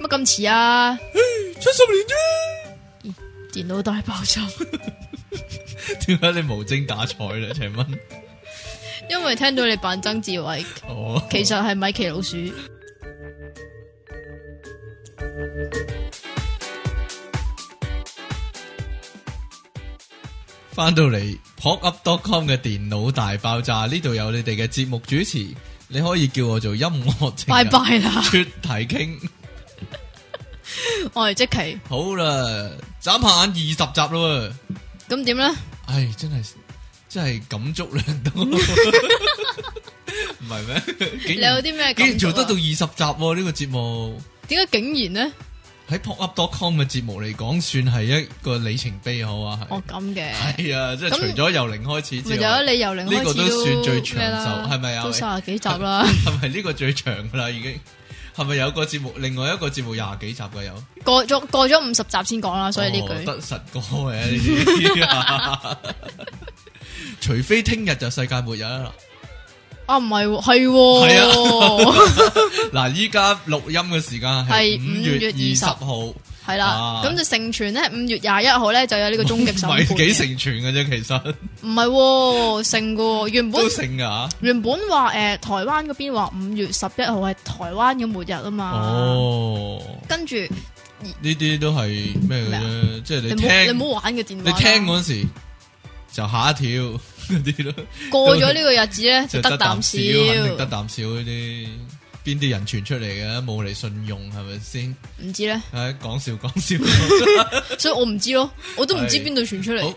乜咁遲啊？七十年啫，電腦大爆炸， 點解你無精打采咧？請問，因為聽到你扮曾志偉，哦，其實係米奇老鼠。翻到嚟 popup.com 嘅電腦大爆炸，呢度有你哋嘅節目主持，你可以叫我做音樂情拜人，拜啦，出題傾。我係即奇，好啦，眨下眼二十集啦喎，咁點咧？唉，真係真係感觸良多，唔係咩？竟你有然啲咩竟感然做觸得到二啊？十集喎，呢個節目。點解竟然咧？喺 popup.com 嘅節目嚟講，算係一個里程碑，好啊，哦咁嘅，係係啊，即係咁除咗由零開始咪就之係外，咯你由零呢開個始都算最長咩啦壽係咪啊都喂三十幾集啦，係咪呢個最長噶啦？已經係咪有個節目，另外一個節目廿幾集嘅有？過咗過咗五十集先講啦，所以呢句哦得實歌嘅呢啲， 除非聽日就世界末日啦。啊唔係喎係啊喎，嗱，依家錄音嘅時間係係五5月月二20十號。 係啦啊，咁就盛傳咧，五月廿一號咧就有呢個終極審唔判係幾嘅，成全嘅啫，其實唔係喎盛嘅喎，原本都成噶。原本話誒、呃台灣嗰邊話五月十一號係台灣嘅末日啊嘛，哦，跟住呢啲都係咩嘅咩啫？即係你你冇聽你冇玩嘅啊電話你啦，聽嗰時就吓一跳嗰啲咯，過咗呢個日子咧就就得啖啖 肯定笑，得啖笑嗰啲，邊啲人傳出嚟嘅冇嚟信用係咪先？唔知咧，唉，講笑講笑。 所以我唔知咯，我都唔知係邊度傳出嚟好，，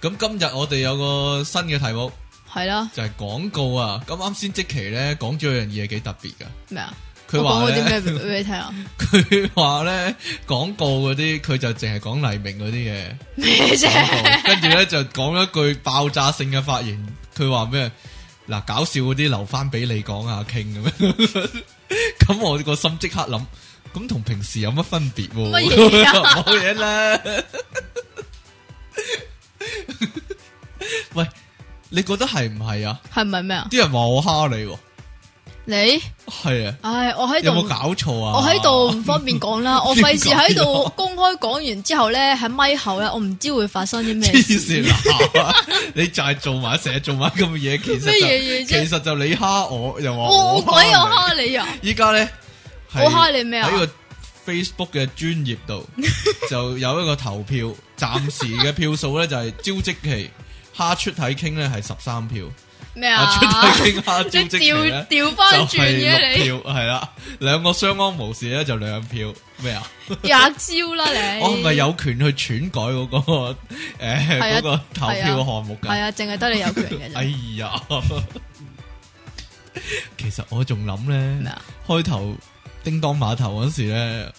咁今日我哋有個新嘅題目係啦就係廣告啊。咁啱先即期咧講咗樣嘢幾特別噶，咩啊？佢我話講嗰啲咧咩俾俾你聽啊？ 佢話咧廣告嗰啲佢就淨係講黎明嗰啲嘢。咩 啫？跟住咧就講一句爆炸性嘅發言，佢話咩？嗱，搞笑嗰啲留翻俾你講下傾咁樣。 咁我個心即刻諗，咁同平時有乜分別喎？ 乜嘢啊 冇嘢啦。喂，你覺得係唔係啊？係咪咩啊？啲人話我蝦你喎，你係啊，唉，我喺有冇度。搞錯啊？我喺度唔方便講 啦，我點費事喺解度啊公開講完之後咧，喺咪後咧，我唔知會發生啲咩黐事。線啊！你就係做埋成日做埋咁嘅嘢，其實就咩嘢嘢啫其實就你蝦我，又話我我我鬼又蝦你。蝦你啊！依家咧，係我蝦你咩啊喺個 Facebook 嘅專頁 度就有一個投票，暫時嘅票數咧就係招積期蝦出體傾咧係十三票，咩啊啊？出體傾蝦招即積期調咧調就翻轉係嘅你，六票，係啦，兩個相安無事咧就兩票咩啊？哦廿招啦 你。我係咪有權去篡改嗰個誒係啊嗰個投票項目㗎係？啊，淨係得你有權嘅 哎啫。呀，其實我仲諗咩咧啊，開頭叮當碼頭嗰時咧，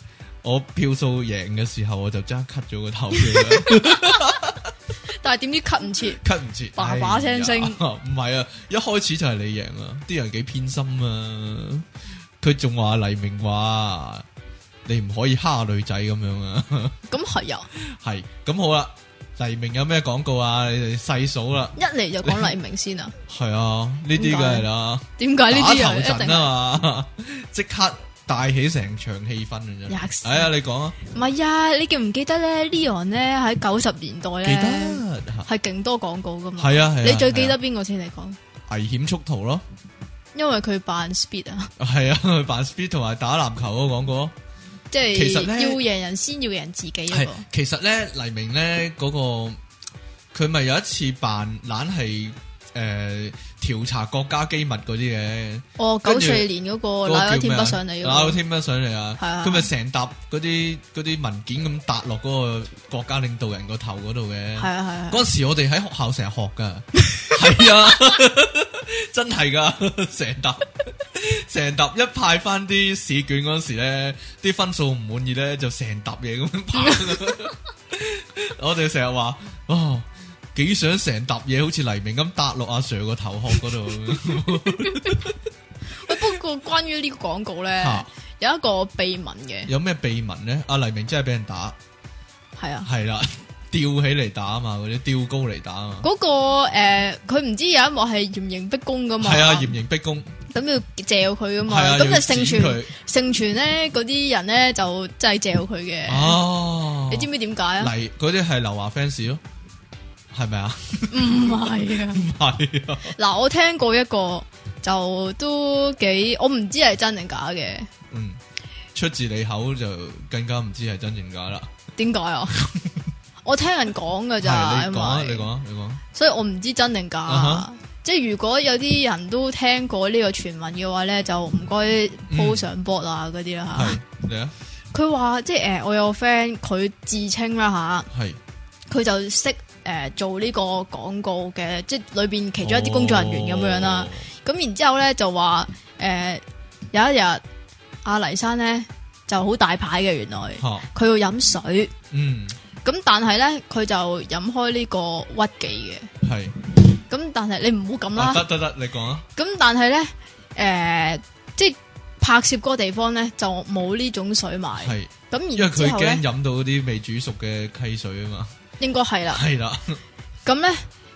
我票數贏嘅時候，我就即刻 cut 咗個投票 啦但係點知 cut 唔切， ，cut 唔切，叭叭聲聲哎呀唔係啊，一開始就係你贏啊，啲人幾偏心啊，佢仲話黎明話你唔可以蝦女仔咁樣啊， 咁係啊，係咁好啦，黎明有咩廣告啊？你哋細數啦，一嚟就講黎明先 啊。係啊，呢啲梗係啦。點解啊呢打啲頭人一陣定係啊嘛， 即刻帶起成場氣氛嘅吔啫。屎係啊，你講啊，唔係啊？你記唔記得咧？Leon 咧喺九十年代記咧得係勁多廣告噶嘛？係啊係啊。你最記係得啊邊個先嚟講？危險速逃咯，因為佢扮 speed 啊，係啊，佢扮 speed 同埋打籃球嗰個廣告。即係其實呢要贏人先要贏自己嗰係個。其實咧，黎明咧嗰個佢咪有一次扮懶係誒調查國家機密嗰啲嘅，哦，跟九住四年嗰個嗰個哪有哦叫咩天啊不上嚟哪有嗰個，天不上嚟啊！係啊佢咪成沓嗰啲嗰啲文件咁搭落嗰個國家領導人個頭嗰度嘅。係啊係啊，嗰陣時我哋喺學校成日學 噶，係啊， 真係噶，成沓成沓一派翻啲試卷嗰陣時咧，啲分數唔滿意咧，就成沓嘢咁樣派。 我哋成日話，哦，幾想成沓嘢好似黎明咁搭落阿 Sir 個頭殼 嗰度。喂，不過關於呢個廣告咧嚇，有一個秘聞嘅，有咩秘聞咧？阿黎明真係俾人打，係啊。係啦， 吊起嚟打啊嘛，嗰啲吊高嚟打啊嘛。呃嗰、個誒，佢、唔知有一幕係嚴刑逼供噶嘛？啊係啊，嚴刑逼供，咁要嚼佢噶嘛，係啊咁要就盛剪傳佢盛傳咧嗰啲人咧就真係嚼佢嘅，哦，你知唔知點解啊？黎嗰啲係劉華 fans 咯，係咪啊？ 唔係啊，係啊，嗱我聽過一個就都幾，我唔知係真定假嘅，嗯，出自你口就更加唔知係真定假啦。點解啊？我聽人講噶咋，係你講啊，因為你講啊，你講啊。所以我唔知真定假。啊即係如果有啲人都聽過呢個傳聞嘅話咧，就唔該 po 上 board 啊嗰啲啦係你啊，吓。佢話即係诶、呃我有個 friend 佢自稱啦係吓，佢就識诶、呃做呢個廣告嘅，即係裏边其中一啲工作人員咁樣哦啦。咁、然之後咧就話诶、呃有一日阿黎生咧就好大牌嘅，原來哦。吓，佢要飲水，嗯，咁但係咧佢就飲開呢個屈記嘅，係。咁但係你唔好咁啦啊。得得得，你講啊。咁但系咧，诶、即系拍攝嗰個地方咧就冇呢種水賣，係，咁因為然佢之後驚咧飲到啲未煮熟嘅溪水啊嘛。應該係啦，係啦，咁咧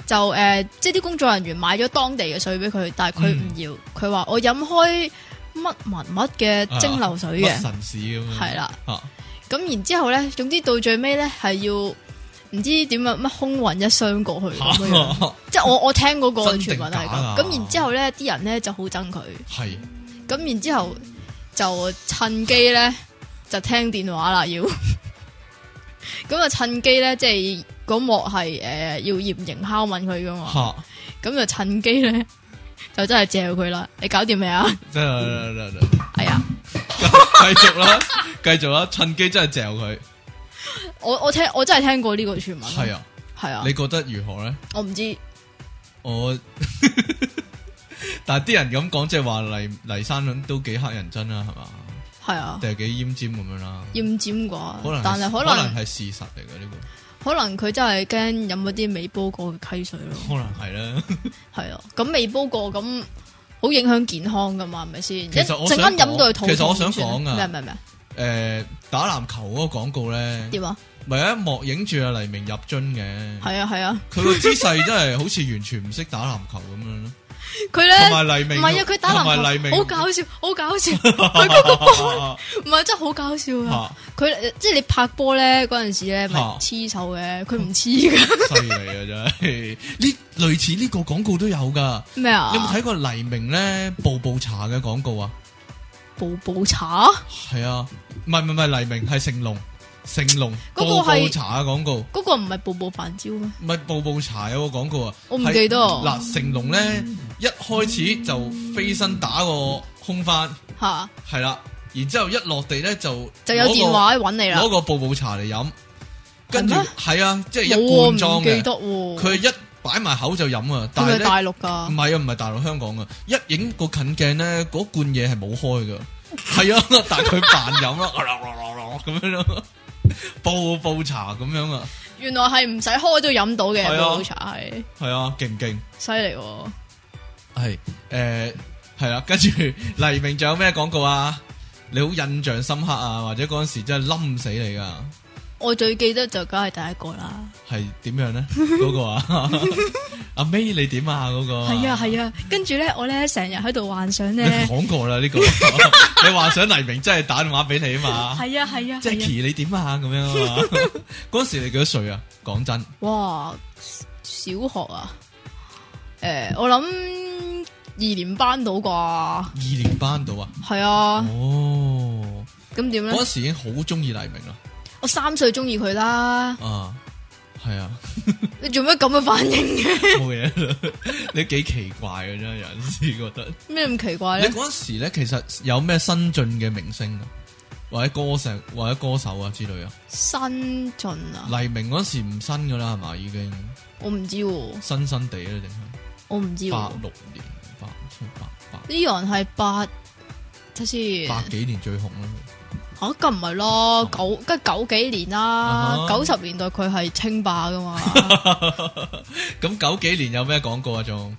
就诶、誒即系啲工作人員買咗當地嘅水俾佢，但嗯係佢唔要，佢話我飲開乜文乜嘅蒸馏水乜嘅，神士咁樣。係啦，啊，咁然之后咧，總之到最尾咧係要唔知點啊乜空運一箱過去咁樣，嚇即系我我聽嗰個真傳定聞係假啊㗎咁，咁然之后咧啲人咧就好憎佢。 係咁然之后就趁機咧就聽電話啦，要 咁啊趁機咧，即係嗰幕係诶、呃要嚴刑拷問佢噶嘛，嚇。咁就趁機咧就真係嚼佢啦，你搞掂未 啊？真係得得得哎呀，繼續啦，繼續啦，趁機真係嚼佢。我我听我真係聽過呢個傳聞，係啊，系啊，你覺得如何咧？我唔知我 但係啲人咁講，即係話黎黎山倫都幾黑人憎啦，係嘛？係啊，定係幾奄尖咁樣啦？厭尖可能啩係，但係可可能能係事實嚟嘅呢個，可能佢真係驚飲嗰啲未煲過嘅溪水咯，可能係啦。 係啊，咁未煲過咁。好影響健康噶嘛，係咪先？一其實我陣間想飲到佢肚講痛其實我點想算講啊咩咩咩？誒，打籃球嗰個廣告咧，点啊？咪有一幕影住阿黎明入樽系嘅，啊系啊，佢個姿勢真係好似完全唔識打籃球咁樣 咯。佢同咧埋黎唔明，系啊，佢打同埋篮黎球明好搞笑，好搞 笑，佢嗰個波唔係真係好搞笑噶。嚇佢呃即係你拍波咧嗰陣時咧，咪嚇黐手嘅，佢唔黐噶犀利啊！真係呢類似呢個廣告都有噶。 咩啊你？有冇睇過黎明咧步步茶嘅廣告啊？步步茶係啊，唔係唔係唔係黎明係成龍，成龍嗰步個係步茶嘅廣告，嗰個唔係步步飯焦咩？唔係步步茶有個廣告啊。我唔係記得啊嗱，成龍咧一開始就飛身打個空翻，吓係啦，然之後一落地咧就就有攞個電話揾你啦攞。個步步茶嚟飲，跟住係咩係啊，即係一冇罐啊，唔裝記嘅得，喎。佢係一擺埋口就飲啊，但佢係係咧。大陸唔㗎，係啊，唔係大陸香港啊！一影個近鏡咧，嗰罐嘢係冇開 噶，係啊，但係佢扮飲啦， 咁樣咯，煲煲茶咁樣啊，原來係唔使開都飲到嘅係啊步步茶係係啊，勁唔勁？犀利喎。係誒係啦，跟住黎明仲有咩廣告啊？你好印象深刻啊，或者嗰陣時真係冧死你噶，我最記得就梗係第一個啦。係點樣咧？嗰個啊， 阿 May 你點啊？嗰個係啊係啊，跟住咧我咧成日喺度幻想你咧。講過 啦呢個，你話想黎明真係打電話俾你啊嘛？系啊系啊，系啊！ Jackie 你點啊？咁樣啊 嘛，嗰時你幾多歲啊？講真，哇，小學啊，诶、我諗二年班到啩，二年班到啊？係啊，哦，咁點咧嗰？時已經好中意黎明啦，我三歲中意佢啦，啊，係啊， 你做咩咁嘅反應 嘅？冇嘢 啦，你幾奇怪嘅真係有陣時覺得。咩咁奇怪你咧？嗰時咧，其實有咩新進嘅明星啊，或者歌手或者歌手啊之類啊？新進啊，黎明嗰時唔新噶啦，係嘛？已經我唔知喎，新新地啦，定我唔知係八喎。六年、八七、八八呢樣係八，睇先八幾年最紅啦。吓，啊咁唔係咯，九跟九幾年啦啊，哈九十年代佢係清霸噶 嘛，咁九幾年有咩廣告啊？仲？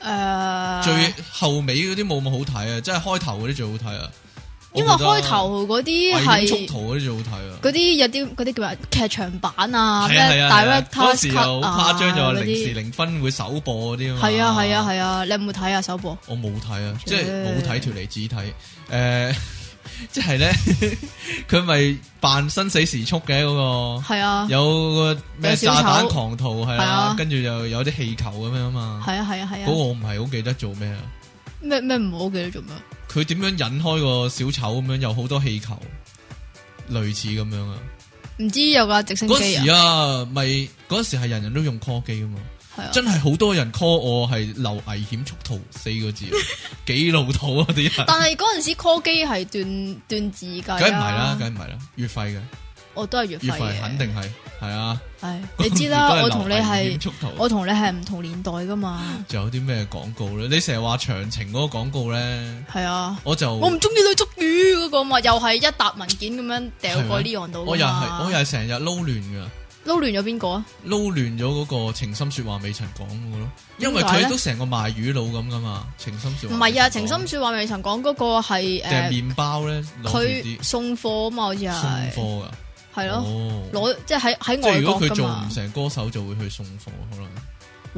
诶，最後尾嗰啲冇咁好睇啊，即係開頭嗰啲最好睇啊。因為開頭嗰啲危險速係圖嗰啲最好睇啊！嗰啲有啲嗰啲叫咩啊劇場版啊，係咩啊係啊係啊， director 嗰時 cut 又啊好誇張，就話嗰零時啲，零分會首播嗰啲啊嘛。係啊係啊係啊，你有冇睇啊首播？我冇睇啊，切即係冇睇條脷只睇，誒、 即係咧， 佢咪扮生死時速嘅嗰、個，係啊有個咩有小炸丑彈狂徒係係啊啊，跟住又有啲氣球咁樣啊嘛，係啊係啊係嗰個啊，我唔係好記得做咩啊，咩咩唔好記得做咩？佢點樣引開個小丑咁樣，有好多氣球，類似咁樣啊，唔知有架直升嗰機啊時，啊，咪嗰時係人人都用 call 機噶嘛。係啊，真係好多人 call 我係留危險速途四 個字，啊幾老土啊啲人。但係嗰陣時 call 機係斷斷字㗎，梗唔係啦，梗唔係啦，月費嘅，我都係月月費費嘅，肯定係，係啊。係你知啦 都，係我同你留危係險速途。我同你係唔同年代㗎嘛，仲有啲咩廣告咧？你成日話長情嗰個廣告咧，係啊。我就我唔中意你捉魚嗰個嘛，又係一沓文件咁樣掉過呢樣度㗎嘛我又啊係我又係成日撈亂噶，撈亂咗邊個啊？撈亂咗嗰個情深說話未曾講嗰個咯，因為點解佢咧都成個賣魚佬咁噶嘛，情深說唔話未係啊，曾情講深说話未曾講嗰個係定係诶，麵包咧，攞住佢啲送貨啊嘛，好似送係貨噶，係咯，哦攞即係喺喺即係外如果國佢㗎做唔嘛。啊成歌手，就會去送貨 可能。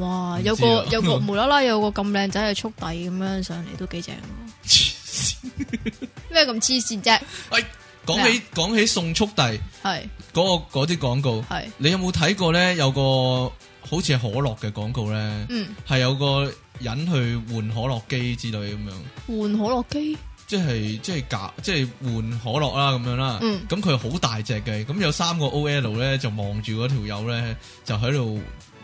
哇，唔有 知啊個有個無啦啦有個咁靚仔嘅速遞咁樣上嚟都幾正喎，黐線咩咁黐線啫？哎，講起講起送速遞係嗰個嗰啲廣告，係你有冇睇過咧？有個好似係可樂嘅廣告咧，嗯，係有個人去換可樂機之類咁樣，換可樂機即係即係夾即係換可樂啦咁樣啦。嗯咁佢好大隻嘅，咁有三個 O L 咧就望住嗰條友咧就喺度。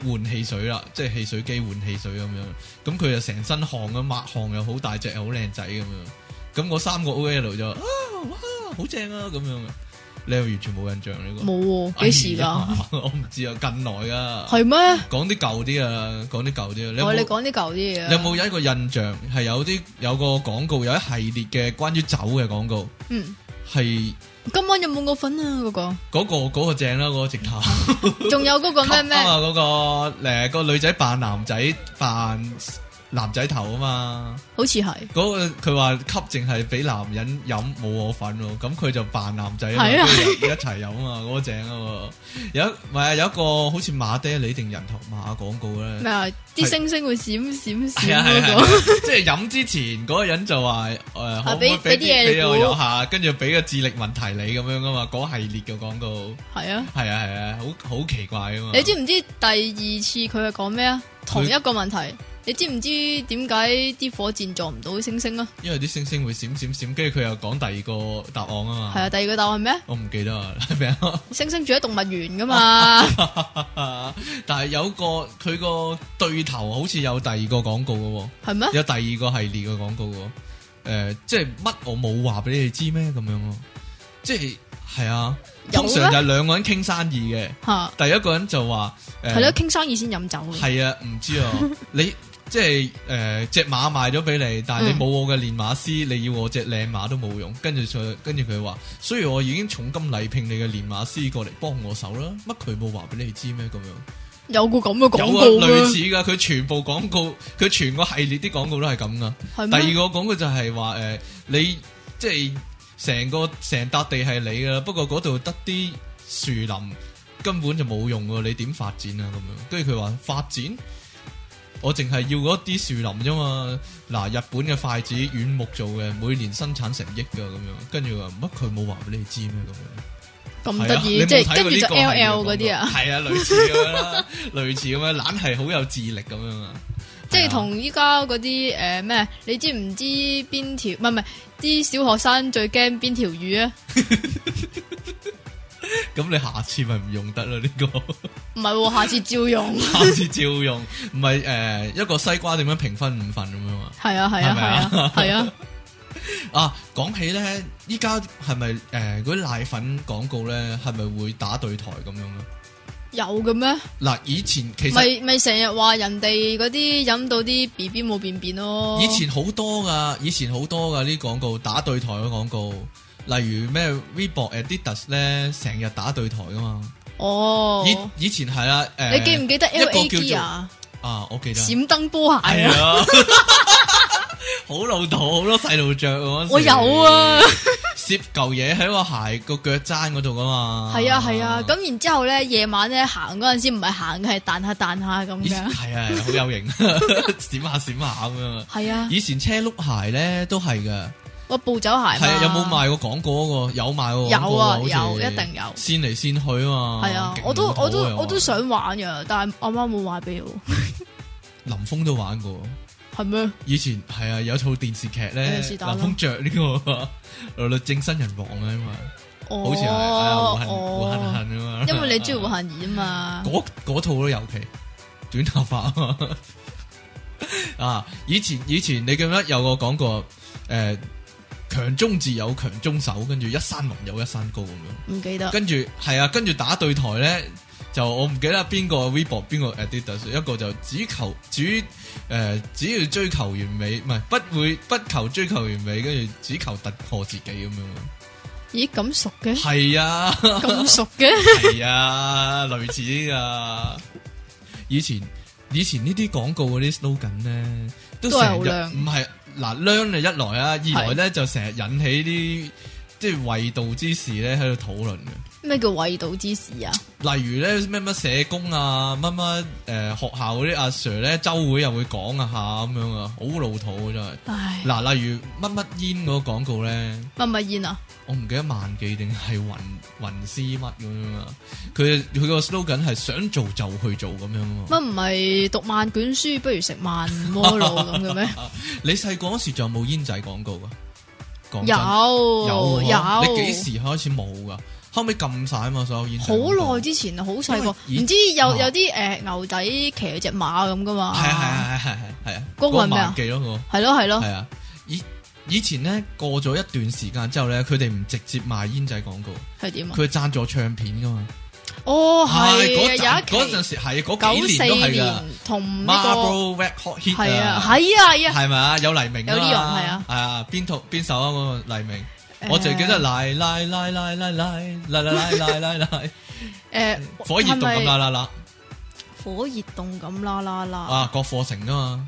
換汽水啦，即係汽水機換汽水咁樣，咁佢就成身汗咁抹汗又好大隻又好靚仔咁樣，咁嗰三個 O L 就啊哇好正啊咁樣嘅，你又完全冇印象呢、個。冇喎，幾時㗎？哎呀 我唔知啊，近來啊，係咩？講啲舊啲啊，講啲舊啲啊。你有我哋冇講啲舊啲嘢啊。你有冇有一個印象係有啲有個廣告有一系列嘅關於酒嘅廣告，嗯，係今晚有冇我份啊？嗰個，嗰、個嗰、個正啦，嗰、個直 頭仲有嗰個 咩咩啊？嘛，嗰、個誒、個女仔扮男仔扮男仔頭啊嘛，好似係嗰、個佢話吸淨係俾男人飲冇我份喎，咁佢就扮男仔啊嘛，係啊跟住一齊飲啊嘛，嗰、個正啊嘛，有一唔係啊有一個好似馬爹利定人頭馬廣告咧。咩啊？啲星星會閃閃系閃啊系啊，係嗰啊個，啊即系饮之前嗰个人就話诶，誒可唔可俾以俾俾啲嘢啲你俾我估有下，跟住俾個智力問題你咁樣噶嘛，嗰系列嘅廣告係啊！係啊係啊，好好奇怪噶嘛。你知唔知第二次佢係講咩啊？同一個問題，你知唔知點解啲火箭撞唔到星星啊？因為啲星星會閃閃閃，跟住佢又講第二個答案啊嘛。係啊，第二個答案係咩？我唔記得啊，係咪啊？星星住喺動物園噶嘛？ 但係有個佢個對頭好似有第二個廣告噶，係咩？ 有第二個系列嘅廣告噶。诶、即係乜我冇話俾你哋知咩咁樣咯，即係係啊。有通常就咩？係兩個人傾生意嘅，吓，第一個人就話誒係咯，傾生意先飲酒嘅。係啊，唔 知啊，你即係誒只馬賣咗俾你，但嗯係你冇我嘅練馬師，你要我只靚馬都冇用。跟住佢跟住佢話，雖然我已經重金禮聘你嘅練馬師過嚟幫我手啦，乜佢冇話俾你知咩咁樣？有個咁嘅廣有啊，告類咩？似噶，佢全部廣告，佢全個系列啲廣告都係咁噶。係第二咩？個廣告就係話誒，你即係成個成笪地係你噶啦，不過嗰度得啲樹林根本就冇用喎，你點發展啊咁樣？跟住佢話發展，我淨係要嗰啲樹林啫嘛。嗱，日本嘅筷子軟木做嘅，每年生產成億噶咁樣。跟住話乜佢冇話俾你知咩咁樣？咁係得啊意，即係跟住就 L L 嗰你冇睇過呢個系列廣告啲啊，係啊，類似咁樣啦，類似咁樣，懶係好有智力咁樣啊，即係係啊同依家嗰啲诶咩？你知唔知邊條？唔係唔係，啲小學生最驚邊條魚啊？咁你下次咪唔用得咯呢個。唔係喎，下次照 用。下次照用，唔係诶一個西瓜點樣平分五份咁樣啊？係啊係啊係咪啊係啊係 啊，啊，講起咧，依家係咪诶嗰啲奶粉廣告咧，係咪會打對台咁樣咧？有嘅咩？嗱，以前其實咪咪成日話人哋嗰啲飲到啲 B B 冇便便咯。以前好多噶，以前好多噶呢啲廣告打對台嘅廣告，例如咩 Weibo、Adidas 咧，成日打對台噶嘛。哦，以以前係啦，诶，你記唔記得一 L 個 A 叫 G 做啊？啊？我記得閃燈波鞋係啊！ 啊，好老土，好多細路着嗰陣時我有啊，攝嚿嘢喺個鞋個腳踭嗰度噶嘛。系啊系啊，咁、然之后咧，夜晚咧行嗰阵时唔係行嘅，係彈下彈下咁以前樣。係啊，好有型， 閃下閃下咁樣啊。係啊，以前車轆鞋咧都係噶，個步走鞋嘛。係啊，有冇賣過廣告嗰個？有賣過廣告有啊好似有一定有先嚟先去啊嘛。係啊勁，我都老土我都啊我都想玩嘅，但係阿媽冇買俾我，林峰都玩過。係咩？以前係啊，有套電視劇咧，誒是林但啦峰着呢個 律政新人王啊嘛， 好似係啊，胡哦杏胡杏哦，杏啊嘛，因為你中意胡杏兒啊嘛。嗰嗰套都尤其短頭髮 啊嘛。啊！以前以前你記唔記得有個講過诶、誒強中自有強中手，跟住一山還有一山 高咁樣。唔記得。跟住係啊，跟住打對台咧，就我唔記得邊個 v e b o 邊個 Adidas，一個就只求只诶只要追求完美，唔係不會不求追求完美，跟住只求突破自己咁樣。咦，咁熟 嘅，係啊。咁熟嘅，系啊，類似啊。以前以前呢啲廣告嗰啲 slogan 咧，都都係成好日靚唔係嗱靚就一來啊，二來咧就成日引起啲即係衛道之事咧喺度討論嘅。咩叫衛道之士啊？例如咧咩乜社工啊，乜乜诶學校嗰啲阿 Sir 咧，周會又會講一下咁樣啊，好老土啊真係。唉，嗱，例如乜乜煙嗰個廣告咧。乜乜煙啊？我唔記得萬記定係雲雲絲乜咁樣啊！佢佢個 slogan 係想做就去做咁樣啊！乜唔係讀萬卷書不如食萬魔路咁嘅咩？你細個嗰時仲有冇煙仔廣告噶？ 講真有有啊有，你幾時開始冇噶？後尾禁晒啊嘛，所有煙仔好廣告耐之前啊，好細個，因為以唔知有啊有啲誒牛仔騎只馬咁噶嘛？係啊係啊係啊係啊係啊！嗰個係嗰咩啊萬記咯，嗰係咯係個咯係，啊！以以前咧過咗一段時間之後咧，佢哋唔直接賣煙仔廣告，係點啊？佢贊助唱片噶嘛。哦係係啊，有嗰陣嗰一陣期時係嗰九幾年都四係年噶。同呢個 Marble Red Hot Hit 係啊係啊係啊，系咪啊？有黎明有呢樣啊，係啊，系啊，边套邊首啊？嗰個黎明，我就記得啦拉拉拉拉拉拉拉拉拉拉拉， 誒火熱動咁啦，啦啦火熱動咁啦啦啦。啊，郭富城啊嘛，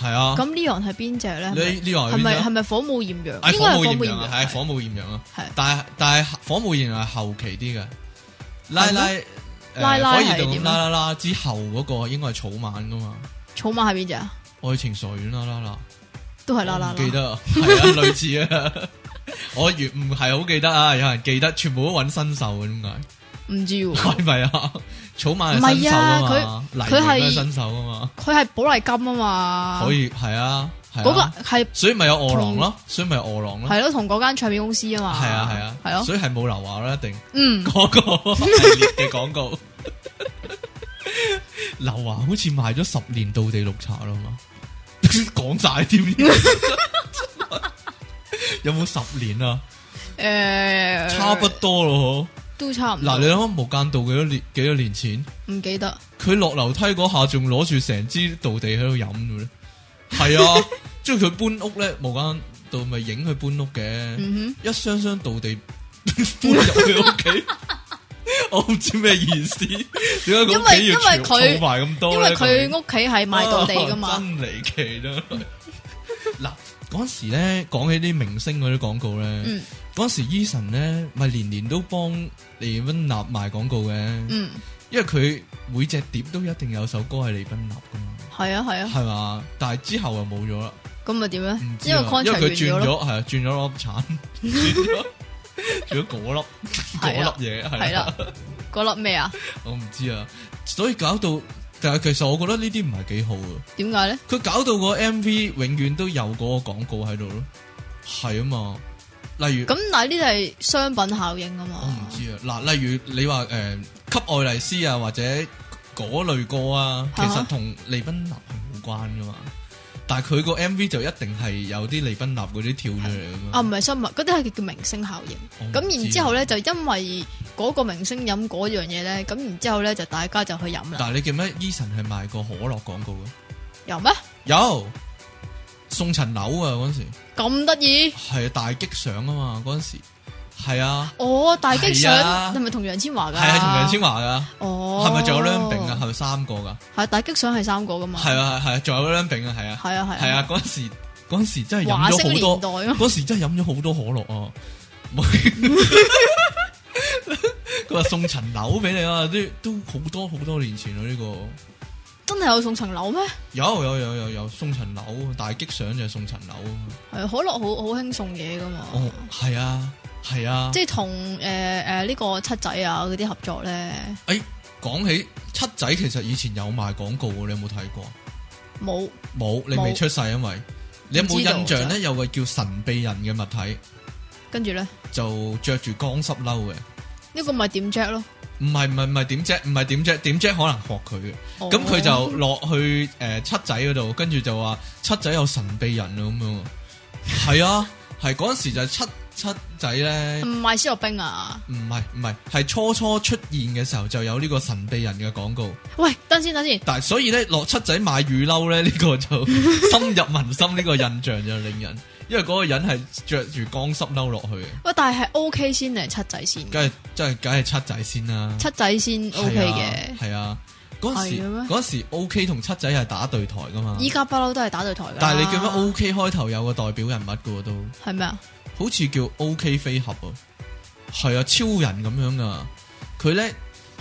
係啊，咁呢樣係邊只咧？呢呢個係咪係咪火舞豔陽？應該係啊係火火舞舞豔豔陽陽啊，係火舞豔陽啊係，但係但係火舞豔陽係後期啲嘅，拉係咩拉拉呃拉火熱係動點咁啊啦啦啦之後嗰個應該係草蜢噶嘛，草蜢係邊只啊？愛情傻院啦啦啦。都係啦啦啦。我唔記得啊，係啊，類似啊，我越唔係好記得啊，有人記得，全部都揾新手嘅，點解？唔知 喎，係咪啊？草蜢係新唔手係啊啊嘛，佢黎明都佢係係新手啊嘛，佢係寶麗金啊嘛。可以係啊，嗰嗰個個，係所以咪有餓狼咯，所以咪有餓狼咯，係咯，同嗰間唱片公司啊嘛。係啊係啊，係咯。所以係冇劉華啦，一定嗯，嗰個系列嘅廣告。 劉華好似賣咗十年到地綠茶啦嘛， 講 晒添，有冇十年啊？誒，差不多咯。都差唔多。嗱，你諗下《無間道》幾多年幾多年前，唔記得佢落樓梯嗰下仲攞住成支道地喺度飲嘅咧，係啊，即係佢搬屋咧，《無間道》咪影佢搬屋嘅，嗯一箱箱道地 搬入佢屋企， 我唔知咩意思，點解佢屋企因為因要為儲佢儲埋咁多哼，因呢為佢屋企係賣到地噶啊 嘛。真離奇啦！嗱，嗰時咧講起啲明星嗰啲廣告咧。嗯嗰時 Eason 咧，咪年年都幫李斌立賣廣告嘅，嗯，因為佢每隻碟都一定有首歌係李斌立噶嘛，係啊係啊，係嘛？但係之後又冇咗啦，咁咪點咧唔？知因為啦 contract 因完為佢轉咗咯，咗，係啊，轉咗粒橙， 轉咗轉咗嗰 粒係啦嗰粒嘢，係係啦啦，，嗰粒咩啊？ 我唔知啊，所以搞到，但係其實我覺得呢啲唔係幾好啊，點解咧？佢搞到個 MV 永遠都有嗰個廣告喺度咯，係啊嘛，例如。咁但係呢啲係商品效應啊嘛。我唔知啊，嗱，例如你話誒、給愛麗絲啊，或者嗰類歌啊，其啊哈實同利賓納係冇關噶嘛，但係佢個 M V 就一定係有啲利賓納嗰啲跳出嚟咁啊，啊唔係新聞，嗰啲係叫明星效應。我唔咁知啊然之後咧，就因為嗰個明星飲嗰樣嘢咧，咁然之後咧就大家就去飲啦。但係你記唔記得 Eason 係賣過可樂廣告嘅？有咩有送層樓啊嗰陣時，咁得意？係大激賞啊嘛嗰陣時，係啊，哦，大激係啊賞係咪同楊千嬅㗎？係啊，同楊千嬅㗎，哦，係咪仲有 l a m b i n 啊？係咪三個㗎？係大激賞係三個噶嘛？係啊係啊，仲有 l a m b i n 啊，係啊。係啊係系啊，，嗰陣時嗰陣時真係華飲星咗好年 多，代啊嗰時真係飲咗好多可樂啊！ 佢話送層樓俾你啊，啲都好多好多年前啦呢個。真係有送層樓咩？有有有有有送層樓，但係激上就係送層樓。係可樂好好興送嘢噶嘛，哦，係啊，係啊。即係同诶诶呢個七仔啊嗰啲合作咧，誒，講起七仔，其實以前有賣廣告嘅，你有冇睇過？冇冇，你未冇出世，啊因為你有冇唔知道印象咧？真有個叫神秘人嘅物體，跟住咧就着住乾濕褸嘅。呢個咪點 jack 咯？唔係唔係唔係點啫？唔係點啫？點啫？可能學佢嘅。哦咁佢就落去誒、呃七仔嗰度，跟住就話七仔有神秘人啊咁樣。係啊，係嗰陣時就係七七仔咧，唔賣思樂冰啊？唔係唔係，係初初出現嘅時候就有呢個神秘人嘅廣告。喂，等先等先，但係所以咧，落七仔買雨褸咧，呢、個就深入民心呢個印象就令人，因為嗰個人係着住乾濕褸落去嘅，喂，但係係 OK 先定係七仔先？梗係真係梗係七仔先啦。七仔先 OK 嘅，係啊，嗰陣時係嘅咩嗰陣時 OK 同七仔係打對台噶嘛。依家不嬲都係打對台噶。但係你叫乜 OK 開頭有個代表人物噶喎，都係咩啊？好似叫 OK 飛俠啊，係啊，超人咁樣噶。佢咧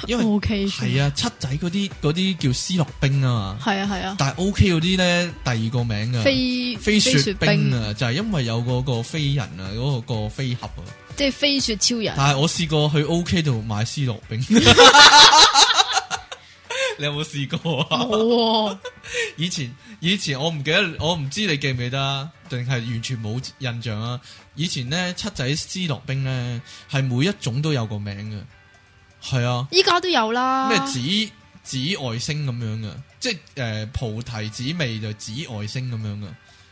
因為 OK 係啊，七仔嗰啲嗰啲叫斯諾兵啊嘛，係啊係啊，但係 OK 嗰啲咧第二個名噶。飛飛雪雪兵，啊，就係因為有嗰個飛人啊，嗰、個個飛俠啊。即係飛雪超人。但係我試過去 OK 度買斯諾兵，你有冇試過啊？冇喎，以前以前我唔記得，我唔知你記唔記得啊，定係完全冇印象啊！以前咧七仔斯諾兵咧係每一種都有個名嘅，係啊，依家都有啦。咩紫紫外星咁樣嘅，即係誒、呃菩提紫味就紫外星咁樣嘅，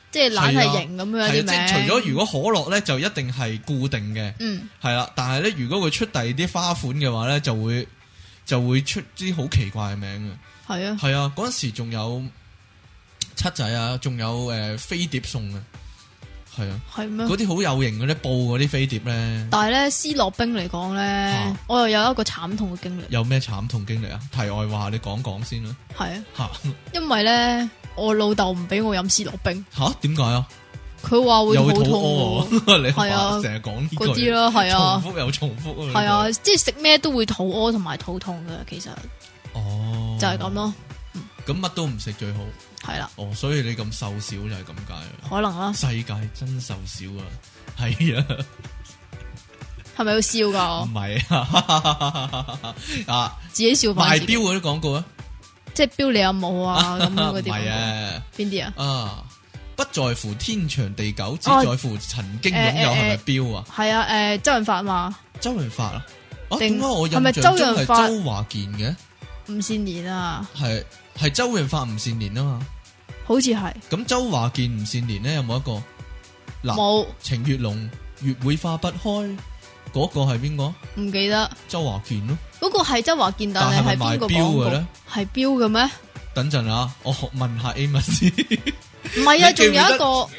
即係懶係係啊型咁樣係啊，啲即名。係除咗如果可樂咧就一定係固定嘅，嗯，係啦，但係咧如果佢出第二啲花款嘅話咧就會就會出啲好奇怪嘅名嘅。係啊，系啊，嗰阵时仲有七仔啊，仲有诶、呃飞碟送啊，系啊，係咩？嗰啲好有型嗰啲布嗰啲飛碟咧，但係咧，斯諾冰嚟講咧嚇，我又有一個慘痛嘅經歷，有咩慘痛經歷啊？題外話你講講先啦，係啊， 吓因為咧我老豆唔俾我飲斯諾冰，吓點解啊？佢話會又會肚肚痛喎屙喎，你 係啊阿爸成日講呢句嗰啲，咯，係啊，重複又重複係呢啊，即係食咩都會肚屙同埋肚痛嘅，其實句，哦，就係咁，咯，咁乜都唔食最好，係啦，哦，所以你咁瘦小就係咁解啊，可能啦，世界真瘦小啊，係啊。係咪要笑噶？我唔係啊， 啊自己笑翻賣自己錶嗰啲廣告啊，即係標你有冇 啊咁唔嗰啲係廣啊，告，邊啲啊？啊，不在乎天長地久，只哦在乎曾經擁有係咪標啊？係啊，诶，周潤發嘛，周潤發啊，啊定點解我印係咪象周中潤係發周華健嘅？五線年啊，係係周潤發吳善年啊嘛，好似係咁周華健吳善年咧有冇一個？嗱，冇，情月濃月會花不開，嗰個係邊個？唔記得周華健咯。嗰個係周華健，但但係係咪係邊個賣錶嘅廣咧告？係標嘅咩？等陣啊，我問下 Amos 先，唔係啊，你記仲有唔記得一個唔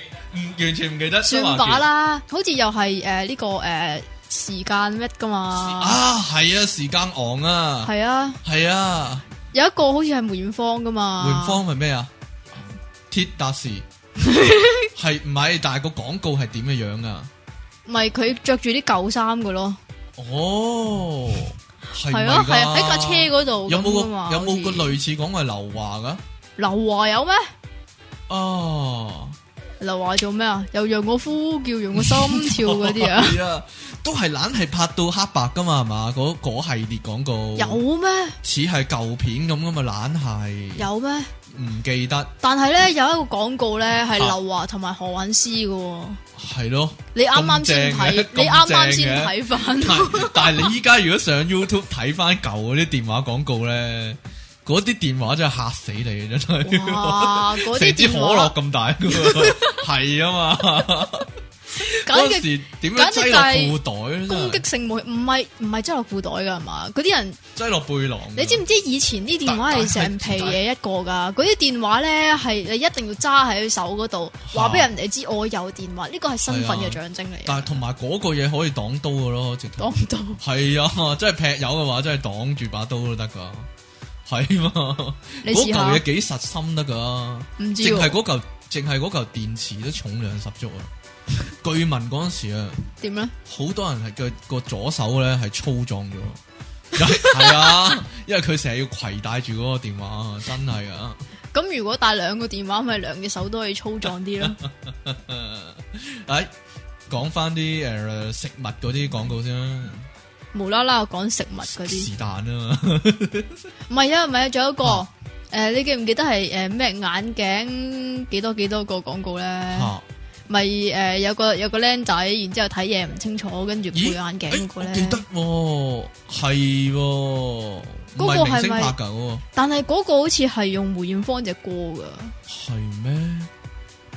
完全唔記得周算華健法。啦，好似又係诶呢個诶时间咩噶嘛？啊，係啊，時間昂啊，係啊，係啊，有一個好似係梅艷芳噶嘛？梅艷芳係咩啊？鐵達 時係唔係？但係個廣告係點嘅樣啊？咪佢着住啲舊衫嘅咯，哦，係係咪咯，㗎係啊喺架車嗰度有冇咁㗎啊嘛個有冇好個似類似講係劉華噶？劉華有咩？哦，劉華做咩啊？又讓我呼叫，讓我心跳嗰啲 啊？係啊，都係懶係拍到黑白噶嘛，係嘛？嗰嗰系列廣告有咩？似係舊片咁噶嘛，懶係有咩？唔記得但係咧有一個廣告咧係劉華同埋何韻詩嘅喎，係咯。你啱啱先咁正睇嘅，你啱啱先咁睇翻，但但係你依家如果上 YouTube 睇翻舊嗰啲電話廣告咧，嗰啲電話真係嚇死你真係，哇！嗰啲成支電可話樂咁大 噶喎，係啊嘛，嗰簡陣直時點樣擠落褲袋咧？攻真係擊性武器，唔係唔係擠落褲袋㗎係嘛？嗰啲人擠落背囊啊㗎。你知唔知以前啲電話係成皮但但嘢一個㗎？嗰啲電話咧係你一定要揸喺佢手嗰度，嚇話俾人哋知我有電話，呢個係身份係嘅啊象徵嚟但嘅。係同埋嗰個嘢可以擋刀噶咯，直講頭唔到，係啊，真係劈友嘅話，真係擋住把刀都得噶，係啊嘛？你嗰試嚿下，嘢幾實心得噶，唔知淨係喎嗰嚿淨係嗰嚿電池都重量十足啊！據聞嗰陣時啊，点咧？好多人係個個左手咧係粗壯咗。 係啊，因為佢成日要攜帶住嗰個電話啊，真係啊，咁如果帶兩個電話，咪兩隻手都可以粗壯啲 咯。诶，哎講翻啲诶食物嗰啲廣告先啦，無啦啦講食物嗰啲， 是但啊嘛，唔係啊，唔係啊，仲有一個啊诶，誒你記唔記得係诶咩眼鏡幾多幾多個廣告咧？嚇咪诶有個有個僆仔，然之后睇嘢唔清楚，跟住配咦眼鏡誒嗰個我記咧得。喎，係喎，唔嗰個係明係星咪拍㗎嗰個。但係嗰個好似係用梅艷芳只歌噶，系咩？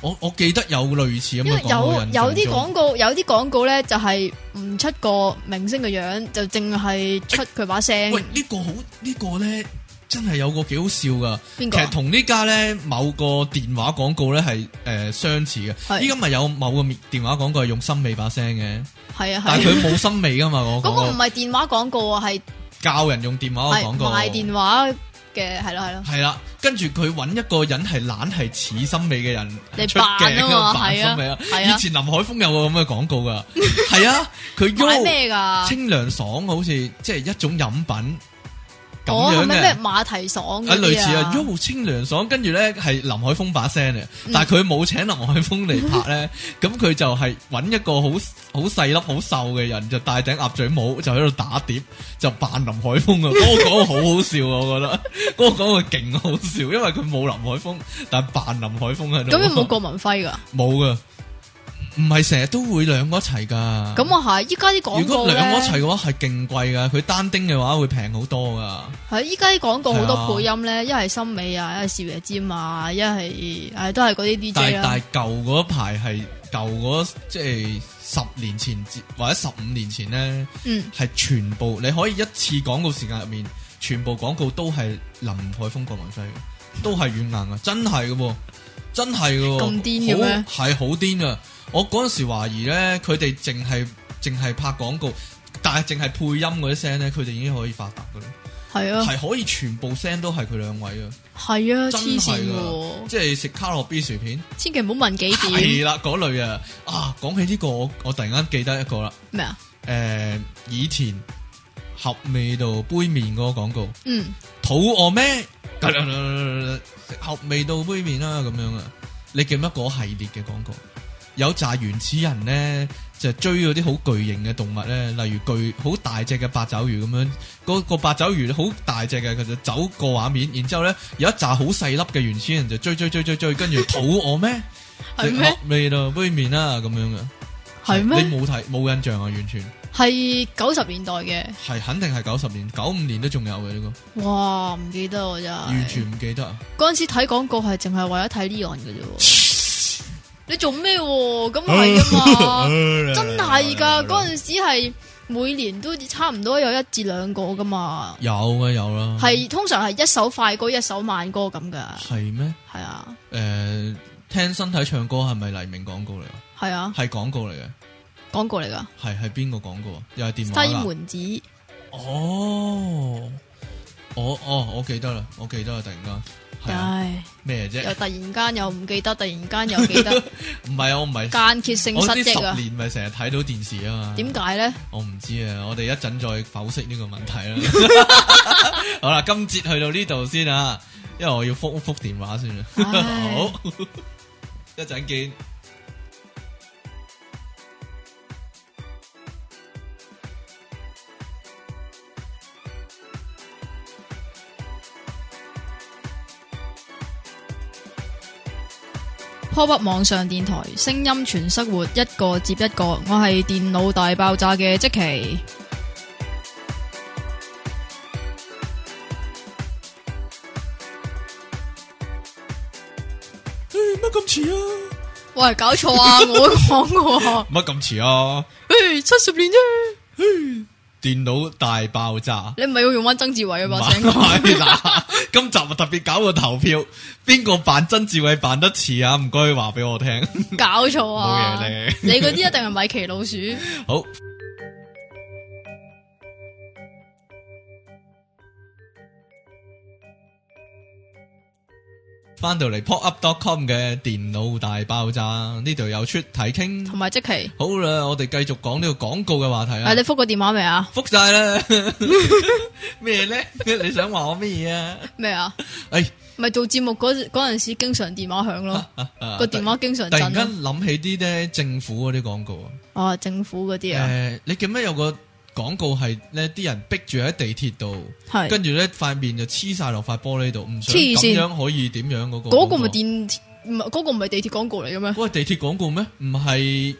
我我记得有類似咁因為嘅廣有告印象有啲中廣告有啲廣告咧就係唔出個明星嘅樣，就淨係出佢把聲。喂呢、個好呢、個个咧，真係有個幾好笑噶。邊其個實啊？同呢家咧某個電話廣告咧係诶相似嘅。係依家咪有某個電話廣告係用森美把聲嘅，係啊但係係啊。佢冇森美噶嘛 嗰嗰個唔個係電話廣告啊，係教人用電話嘅係廣告。賣電話嘅，係咯係咯。系啦，跟住佢揾一個人係懶係似森美嘅人你出扮鏡啊嘛 扮係啊森美啊。係啊以前林海峰有個咁嘅廣 告噶，係啊，佢喐買咩啊噶？清涼爽好似即係一種飲品哦，咁係樣咪咩嘅，馬蹄爽啊嗰類啲似啊啊？嗯，Yo 清涼爽，跟住咧係林海峰把聲嘅，但係佢冇請林海峰嚟 拍咧，咁佢就係揾一個好好細粒好瘦嘅人，就戴頂鴨嘴帽，就喺度打碟，就扮林海峰 啊！嗰個講好好笑啊，我覺得 嗰個講個勁好笑，因為佢冇林海峰，但係扮林海峰喺度。咁有冇郭文輝噶？ 冇噶，唔係成日都會兩個一齊噶。咁啊係，依家啲廣如告果咧，兩個一齊嘅話，係勁貴噶。佢單丁嘅話會平好多噶。係依家啲廣告好係啊多配音咧，一係森美啊，一係少爺尖啊，一係誒都係啊嗰啲但 DJ 啦。係但係舊嗰排係舊嗰即係十年前至或者十五年前咧，嗯，係全部你可以一次廣告時間入面，全部廣告都係林海峰、郭文輝 嘅，都係軟硬啊！真係嘅喎，真係嘅喎，咁癲嘅咩好係好癲啊！我嗰陣時懷疑咧，佢哋淨係淨係拍廣告，但係淨係配音嗰啲聲咧，佢哋已經可以發達嘅啦。係啊，係可以全部聲都係佢兩位啊，係啊，真黐線係嘅噶，喎，即係食卡樂 B 薯片，千祈唔好問幾係點啦嗰類啊。啊，講起呢個，我我突然間記得一個啦，咩啊？诶、以前合味道杯麵嗰個廣告，嗯，肚餓咩？食合味道杯麵啦，咁樣啊。你記唔記得嗰系列嘅廣告？有扎原始人咧，就追嗰啲好巨型嘅動物咧，例如巨好大隻嘅八爪魚咁樣。嗰、個八爪魚好大隻嘅，佢就走個畫面，然之後咧有一扎好細粒嘅原始人就追追追追追，跟住肚餓咩？係食咩？合味道杯麵啦，咁樣嘅。係咩你冇睇冇印象啊？完全係九十年代嘅，係肯定係九十年、九五年都仲有嘅呢、個，哇，唔記得我真係。完全唔記得啊！嗰阵时睇廣告係淨係為咗睇 Leon 嘅啫喎。你做咩喎？咁係 噶嘛？真係㗎！嗰阵时系每年都差唔多有一至兩個噶嘛，有啊有啦，係通常係一首快歌一首慢歌咁噶，係咩？係啊诶，聽身體唱歌係咪黎明廣告嚟啊？係啊，係廣告嚟嘅，廣告嚟㗎，係係邊個廣告啊？又係電話西啦。門子哦，我哦，我記得啦，我記得啦，突然間係啊唉，咩啫又？突然間又唔記得，突然間又記得， 唔係啊，我唔係間歇性我失呢憶啊十！年咪成日睇到電視啊嘛。點解咧？我唔知啊，我哋一陣再剖析呢個問題啦。 好啦，今節去到呢度先啊，因為我要覆一覆電話先啦。啊唉好，一陣見。 p o p 網上電台，聲音全生活，一個接一個。我係電腦大爆炸嘅即期。乜咁遲啊？喂，搞錯啊！ 我講 喎，乜咁遲啊？诶，七十年啫，電腦大爆炸。你唔係要用翻曾志偉嘅啊把聲唔 係嗱，今集啊特別搞個投票，邊個扮曾志偉扮得似啊？唔該，話俾我聽。搞錯啊！冇嘢你嗰啲一定係米奇老鼠。好。翻到嚟 pop up com 嘅電腦大爆炸，呢度有出體傾。同埋 即期，好啦，我哋繼續講呢個廣告嘅話題啊啊，你。覆個電話未啊？覆晒啦， 咩咧？你想話我咩嘢啊？咩啊？哎，啊咪做節目嗰嗰阵时，经常電話響咯， 個電話啊經常突然震間咯。諗起啲咧政府嗰啲廣告啊。哦，政府嗰啲啊，诶、你記唔記得有個廣告係咧，啲人逼住喺地鐵度，係跟住咧塊面就黐晒落塊玻璃度，唔想黐咁線樣可以點樣嗰、個？嗰個咪電唔係嗰個唔係地鐵廣告嚟嘅咩嗰？個地鐵廣告咩？唔係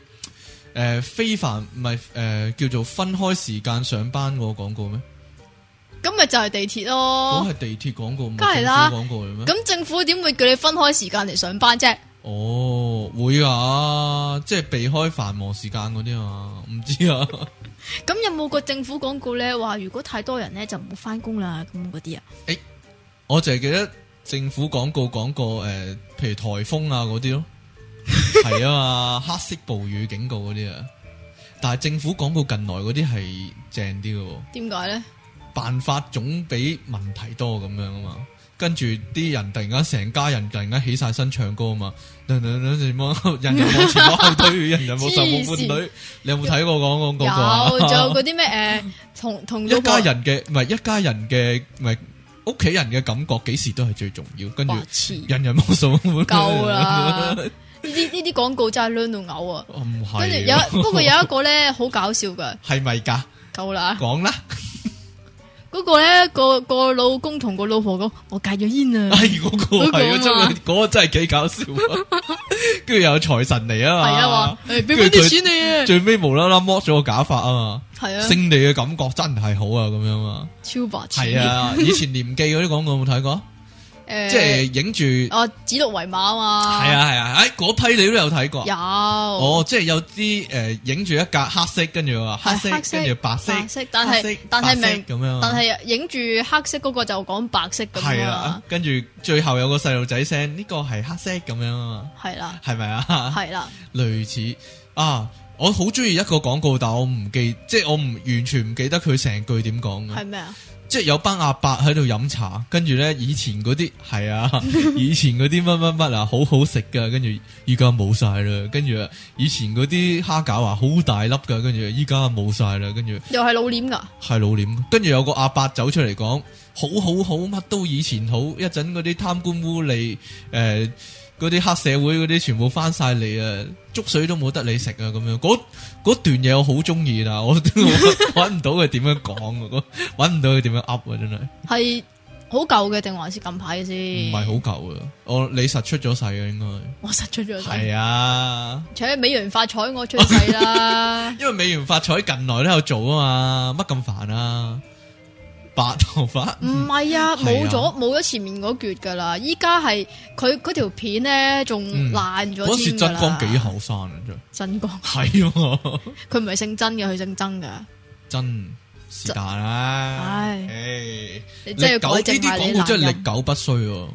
诶非凡，唔係诶叫做分開時間上班嗰個廣告咩？咁咪就係地鐵嗰咯。哦係地鐵廣告，唔哦梗係係政啦府廣告嚟咩？咁政府點會叫你分開時間嚟上班啫？哦，會啊，即係避開繁忙時間嗰啲啊，唔知啊，咁有冇個政府廣告咧話，如果太多人咧就唔好翻工啦咁嗰啲啊？我就係記得政府廣告講過诶、譬如颱風啊嗰 啲咯，係啊嘛，黑色暴雨警告嗰啲啊，但係政府廣告近來嗰啲係正啲嘅喎。點解咧？辦法總比問題多咁樣啊嘛。跟住啲人突然間成家人突然間起晒身唱歌啊嘛，人人人人往後人人往前往後推，人人冇受冇伴黐侶。你有冇睇過講廣告啊？有，仲有嗰啲咩诶，誒同同老一婆家人嘅唔係一家人嘅唔係屋企人嘅感覺幾時都係最重要。跟住白痴，呢人人冇受冇伴侶夠啦啲呢啲廣告真係攣到嘔啊！ 唔係跟住喎有，不過有一個咧好搞笑噶， 係咪㗎？夠啦！講啦，嗰個咧個個老公同個老婆講：我戒咗煙 啊！ 哎嗰個係啊，嗰個真啊嘛係嗰個真係幾搞笑啊！ 跟住又有財神嚟啊係嘛，啊，話誒俾跟翻住佢啲錢你啊！最尾無啦啦剝咗個假髮啊嘛，係啊勝，利嘅感覺真係好啊，咁樣啊，超白痴。係，啊，以前廉記嗰啲廣告有冇睇過？即 係誒，影住，係啊指鹿為馬啊嘛。啊係啊，誒嗰批你都有睇過。有哦，即係有啲誒影住一格黑色，跟住話黑係色哦黑，色跟住白色，白色，但黑係色但係白色明，咁樣啊，但係影住黑色嗰個就講白色咁係啊啊，跟住最後有個細路仔聲，呢個係黑色咁樣啊嘛，嘛，係啦，係咪啊？係啦，類似啊，我好中意一個廣告，但我唔記，即係我唔完全唔記得佢成句點講嘅係。咩啊？即係有班阿伯喺度飲茶，跟住咧以前嗰啲係啊，以前嗰啲乜乜乜啊，好好食噶，跟住依家冇晒啦，跟住以前嗰啲蝦餃啊，好大粒噶，跟住依家冇晒啦，跟住又係老臉㗎，係老臉，跟住有個阿伯走出嚟講，好好好，乜都以前好，一陣嗰啲貪官污吏，诶、嗰啲黑社會嗰啲全部翻晒嚟啊，粥水都冇得你食啊，咁樣嗰嗰段嘢我好中意啦，我我搵唔到佢點樣講啊，搵唔到佢點樣噏啊，真係。係好舊嘅定還是近排嘅先？唔係好，舊啊！我李實出咗世啊，應我實出咗該世。係啊，，且美元發彩我出世啦 因為美元發彩近來都有做啊嘛，乜咁煩啊？白頭髮唔係啊，係啊冇咗冇咗前面嗰橛噶啦，依家係佢嗰條片咧仲嗯爛咗嗰時添㗎真啦光幾，後生啊，真真光，係喎佢唔係姓真嘅，佢姓曾噶，真是但啦。唉唉，你真歷係改久正呢啲埋你廣告男真係歷人。久不衰喎，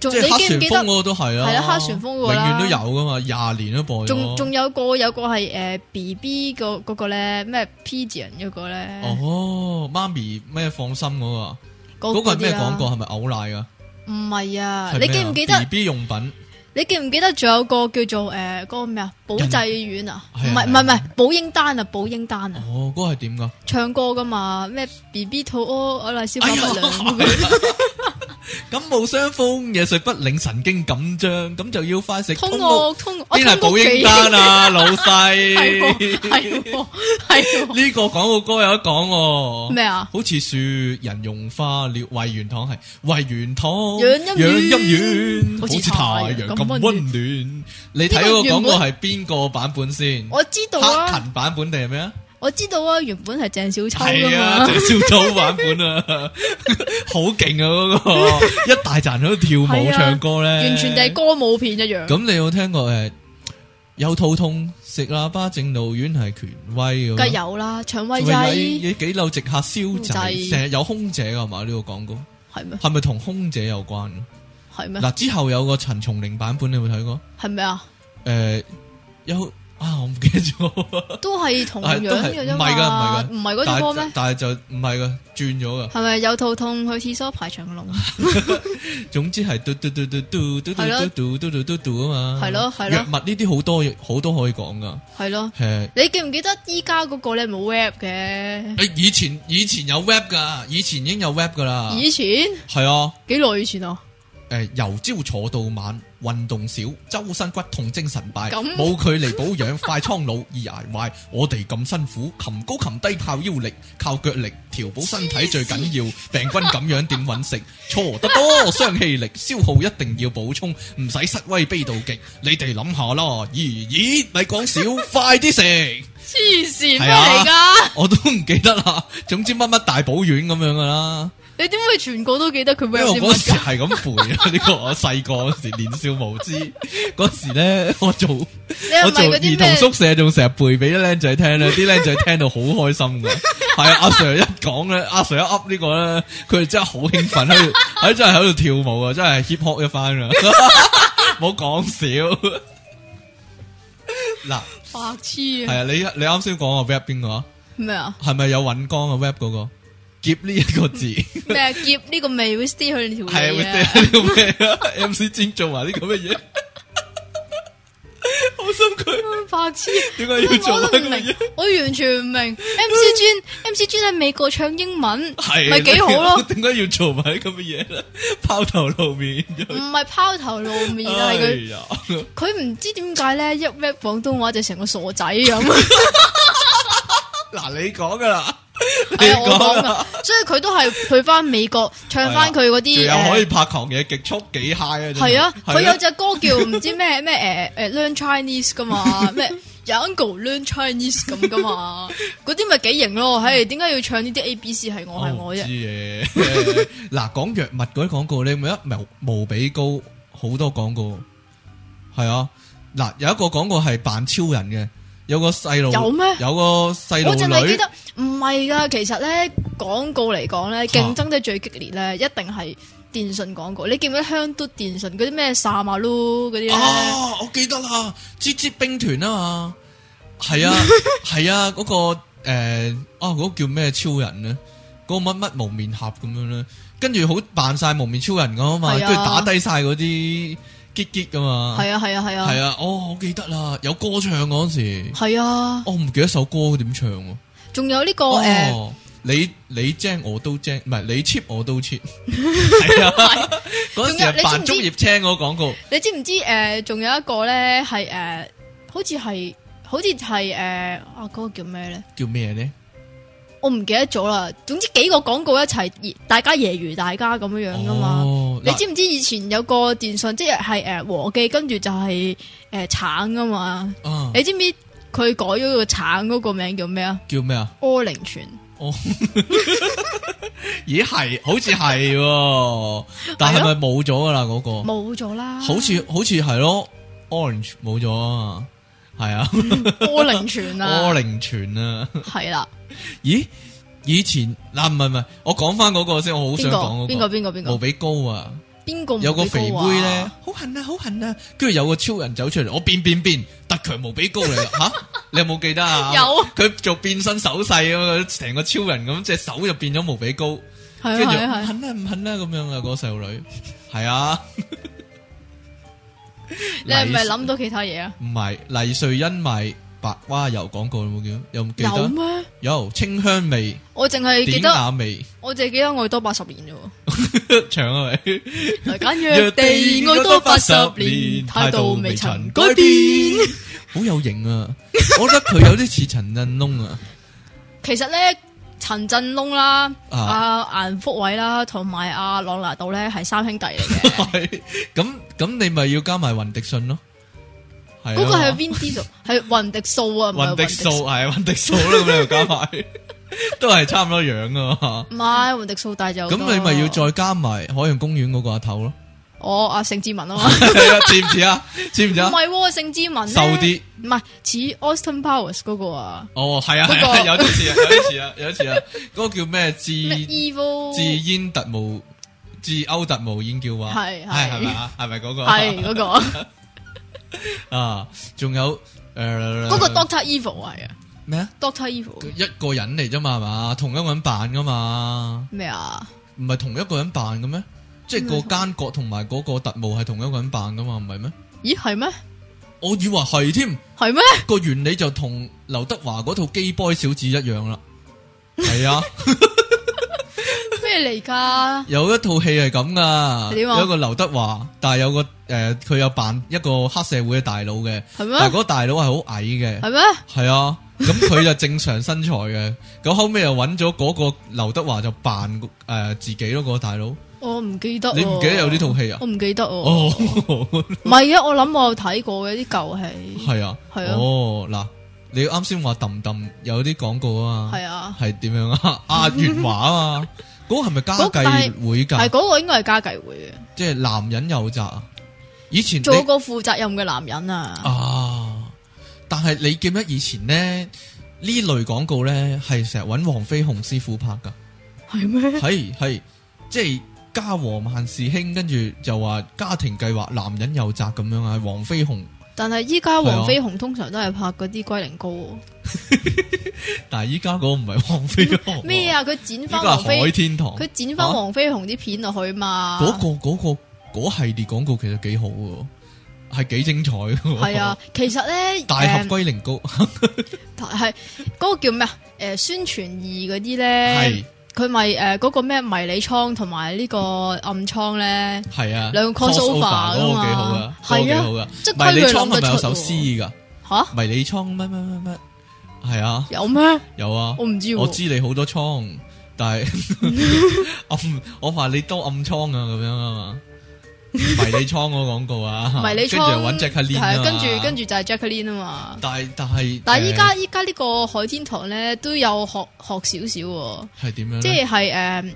仲即你係黑記唔旋記風嗰得？個都係啦，係啦黑旋風嗰永個啦遠都有噶嘛，廿年都播咗。仲仲有個有個係誒 B B 個嗰個咧咩 Pigeon 嗰個咧，哦，媽咪咩放心嗰個啊，嗰個個係咩廣廣告？？係咪嘔奶噶？唔係啊，係你咩記啊唔記得 B？B 用品？你記唔記得仲有個叫做誒嗰個咩啊？保濟丸啊？唔人係唔係唔係保英丹啊，保英丹啊，哦，嗰個係點噶？唱歌噶嘛？咩 B B 肚屙，我嚟哎消化不良嗰個。感冒傷風、夜睡不寧、神經緊張，咁就要快食通屋。我通我邊係通保屋英幾丹啊，老 係喎細？係喎係喎呢個廣告歌有得講喎。咩啊？好似樹人用花了，惠元堂係惠元堂，養陰丸陰丸，好好似似太陽太陽咁咁温溫暖。你睇嗰個廣告係邊個版本先？我知道黑啊，勤版本定係咩啊？我知道啊，原本係鄭少秋係噶 啊，嘛，鄭少秋版本啊， 好勁啊！嗰 個一大陣喺度跳舞係啊唱歌咧，完全就係歌舞片一樣。咁你有聽過诶？有肚痛食喇叭正露丸係權威咁樣，梗係有啦，腸胃咪有劑有幾樓直客燒燒仔，仔成日有空姐噶嘛？呢個廣告係咩？係咪同空姐有關？係咩？嗱，之後有個陳松伶版本，你有冇睇過？係咩啊？诶，有啊，我唔記得咗，都系同樣嘅啫係都係唔係㗎嘛，唔唔係㗎係嗰但隻歌係咩？但係就唔係噶，轉咗噶。係咪有肚痛去廁所排長龍？總之係嘟嘟嘟嘟嘟嘟嘟係咯嘟嘟嘟嘟嘟啊嘛。係咯係咯藥物呢啲好多好多可以講噶。係咯，誒，你記唔記得依家嗰個咧冇 rap 嘅？誒以前以前有 rap 噶，以前已經有 rap 噶啦。以前係啊，幾耐以前啊？誒呃由朝坐到晚，運動少，周身骨痛精神敗咁，冇佢嚟保養，快蒼老易挨壞。我哋咁辛苦，擒高擒低靠腰力，靠腳力調補身體最緊要。病菌咁樣點揾食？錯得多，傷氣力消耗一定要補充，唔使失威悲到極。你哋諗下啦，咦咦，咪講少，快啲食。黐線咩係啊嚟㗎？我都唔記得啦，總之乜乜大補丸咁樣噶啦。你點會全個都記得佢因 rap 為啲我嗰乜時㗎？係咁背啊，呢個我細個嗰時年少無知，嗰時咧我做我 你係咪做嗰兒啲童咩宿？舍仲成日背俾啲僆仔聽咧，啲僆仔聽到好開心噶，係啊，阿 Sir 一講咧，阿 Sir 一噏呢個咧，佢哋真係好興奮喺度，喺真係喺度跳舞啊，真係 hip hop 一番啊， 冇講笑。嗱，白痴係啊！啊，你你啱先講個 rap 邊個啊？咩啊？係咪有尹光嘅 rap 嗰個？劫呢一個字。咩啊劫呢個味會 stay 佢條系啊，脷啊？會掉呢個咩啊？MC 尖做埋呢咁嘅嘢，好心佢白 痴！點解要做我呢都咁唔嘅明嘢？，我完全唔明。MC 專 MC 專喺美國唱英文，係啊咪幾好 咯？點解要做埋呢咁嘅嘢咧？拋頭露面，唔係拋頭露面啊，係哎佢呀，佢唔知點解咧，一 rap 廣東話就成個傻仔咁。嗱你講噶啦， 你係啊，我講講啦噶，，所以佢都係去翻美國唱翻佢嗰啲仲有可以誒，拍狂野極速幾 high 啊！真係係啊，佢係有隻歌叫唔知咩 咩誒誒 Learn Chinese 噶嘛， 咩 Yango Learn Chinese 咁噶嘛， 嗰啲咪幾型咯？係點解要唱呢啲 A B C 係我係我唔啫？哦知嘅。 嗱，講藥物嗰啲廣告咧，咪一無無比高，好多廣告。係啊，嗱，有一個廣告係扮超人嘅，有個細路，有咩有個細我淨係路記女得唔係噶，其實咧廣告嚟講啊咧，競爭得最激烈咧，一定係電信廣告。你記唔記得香都電信嗰啲咩撒馬嚕嗰啲咧？啊，我記得啦，吱吱兵團啊嘛，係 啊，係啊，嗰個誒啊嗰個叫咩超人咧？嗰個乜乜蒙面俠咁樣咧，跟住好扮晒蒙面超人咁啊嘛，係跟啊住打低晒嗰啲激激噶嘛，係啊係啊係系啊啊，哦，我記得啦，有歌唱嗰陣時，係啊，我唔記得首歌點唱喎。仲有呢個哦，誒你你精我都精，唔係你 cheap 我都 cheap，係啊，嗰陣時係扮竹葉青嗰個廣告，你知唔知誒？呃仲、有一個咧係誒，好似係呃好似係誒啊嗰、個叫咩咧？叫咩咧？我唔記得咗啦。總之幾個廣告一齊，大家揶揄大家咁樣樣噶嘛。哦，你嗱知唔知以前有個電信，即係係誒和記，跟住就係、呃誒、橙噶嘛？啊你知唔知佢改咗個橙嗰個名叫咩啊？叫咩啊？柯靈泉哦，咦係，好似係 喎，但係咪冇咗噶啦嗰個？冇咗啦，哦好似好似係咯，orange 冇咗啊，係啊，柯靈泉 柯啊，靈泉啊。係啦，咦？以前嗱唔係唔係，我講翻嗰個先，我好邊想個講邊嗰個個邊個邊無個比高啊！邊個有個啊個肥 à. 妹咧，好痕啊好痕啊，跟住有個超人走出嚟，我變變變，特強無比高嚟噶吓，你有冇記得啊？有佢做變身手勢啊嘛，成個超人咁，隻手就變咗無比高，係啊跟住係啊唔 係啊，痕啊唔痕啊咁樣啊，嗰個細路女係啊，你係咪黎諗到其他嘢啊？唔係黎瑞恩賣白蛙油廣告有冇記得？啊有冇記有得？咩？有清香味、我淨係記典得，雅 味，我淨係記得愛多八十年啫喎。唱啊咪。簡約地愛多八十年，態度未曾改變。好有 型啊！我覺得佢有啲似陳振東啊，其實咧，陳振窿啦、啊阿顏福偉啦，同埋阿朗拿度咧係三兄弟嚟嘅。 係啊咁咁，你咪要加埋雲迪信咯，係嗰個係啊，邊啲度？係雲迪素啊，唔係雲迪雲素係啊雲迪素啦，咁你又加 埋，都係差唔多樣啊嘛。唔係雲迪素，但係就咁你咪要再加埋海洋公園嗰個阿頭咯，我阿盛志文啊 嘛？係啊，似唔似啊？似唔似唔 啊？係喎，盛志文呢瘦啲，唔係似 Austin Powers 嗰個啊，哦，係啊，嗰係個啊，有啲似啊，有啲似啊，有啲似啊，嗰個叫咩？智咩 Evil 自煙特無，自歐特無煙叫話，係係係 係咪啊？係咪嗰個？係嗰個。啊，仲有誒、诶，嗰嗰個 Doctor Evil 係啊咩啊？ ，Doctor Evil 一個人嚟啫嘛，係嘛？同一個人扮噶嘛，咩啊？唔係同一個人扮嘅咩？即係個奸角同埋嗰個特務係同一個人扮噶嘛，唔係咩？咦，係咩？我以為係添，係 咩？個原理就同劉德華嗰套《基 boy 小子》一樣啦。係 啊，咩嚟㗎？有一套戲係咁噶，點啊有一個劉德華，但係有個诶，佢、有扮一個黑社會嘅大佬嘅，係但係嗰咩？個大佬係好矮嘅。係咩？系啊，咁佢就正常身材嘅，咁後尾又揾咗嗰個劉德華就扮誒、呃自己咯，嗰個大佬，我唔記得喎。你唔記得有呢套戲啊我唔記得喎。哦，唔係啊，我諗我有睇過嘅啲舊戲。係啊，係啊哦嗱，你啱先話氹氹有啲廣告啊嘛，係啊，係點樣啊？ 阿月華啊嘛，嗰個係咪家嗰但計會係㗎？嗰個應該係家計會嘅，即係男人有責啊！以前做一你個負責任嘅男人啊。啊，但係你記唔記得以前咧呢類廣告咧係成日揾黃飛鴻師傅拍㗎？ 係咩？系系，即系家和萬事興，跟住就話家庭計劃，男人有責咁樣啊，係黃飛鴻。但係依家係啊黃飛鴻通常都係拍嗰啲龜苓膏喎。但係依家嗰個唔係黃飛鴻，咩？啊？佢剪呢翻個黃係海飛，天堂。佢剪翻啊黃飛鴻啲片落去嘛？嗰個嗰個嗰系列廣告其實幾好喎，係幾精彩嘅喎。系啊，其實咧，大誒俠龜苓膏係嗰個叫咩啊？诶，宣傳二嗰啲係咧，佢咪诶嗰個咩迷你倉同埋呢個暗倉咧，係啊，兩個 crossover crossover 嗰個㗎幾好嘛啊，嗰個係幾啊好噶。即係迷規你矩諗倉係得咪有出首詩喎。㗎？吓迷你倉乜乜乜乜，係啊，有咩？有啊。我唔知我喎。知你好多倉，但係 暗我話你多暗倉啊，咁樣啊嘛，迷你倉嗰個廣告啊，迷你跟住又倉揾 Jackie 係啊啊，跟住跟，住就係 Jacqueline 啊嘛。但係但係但係依家依家呢個海天堂咧都有學學少少喎。誒係點樣即咧？係诶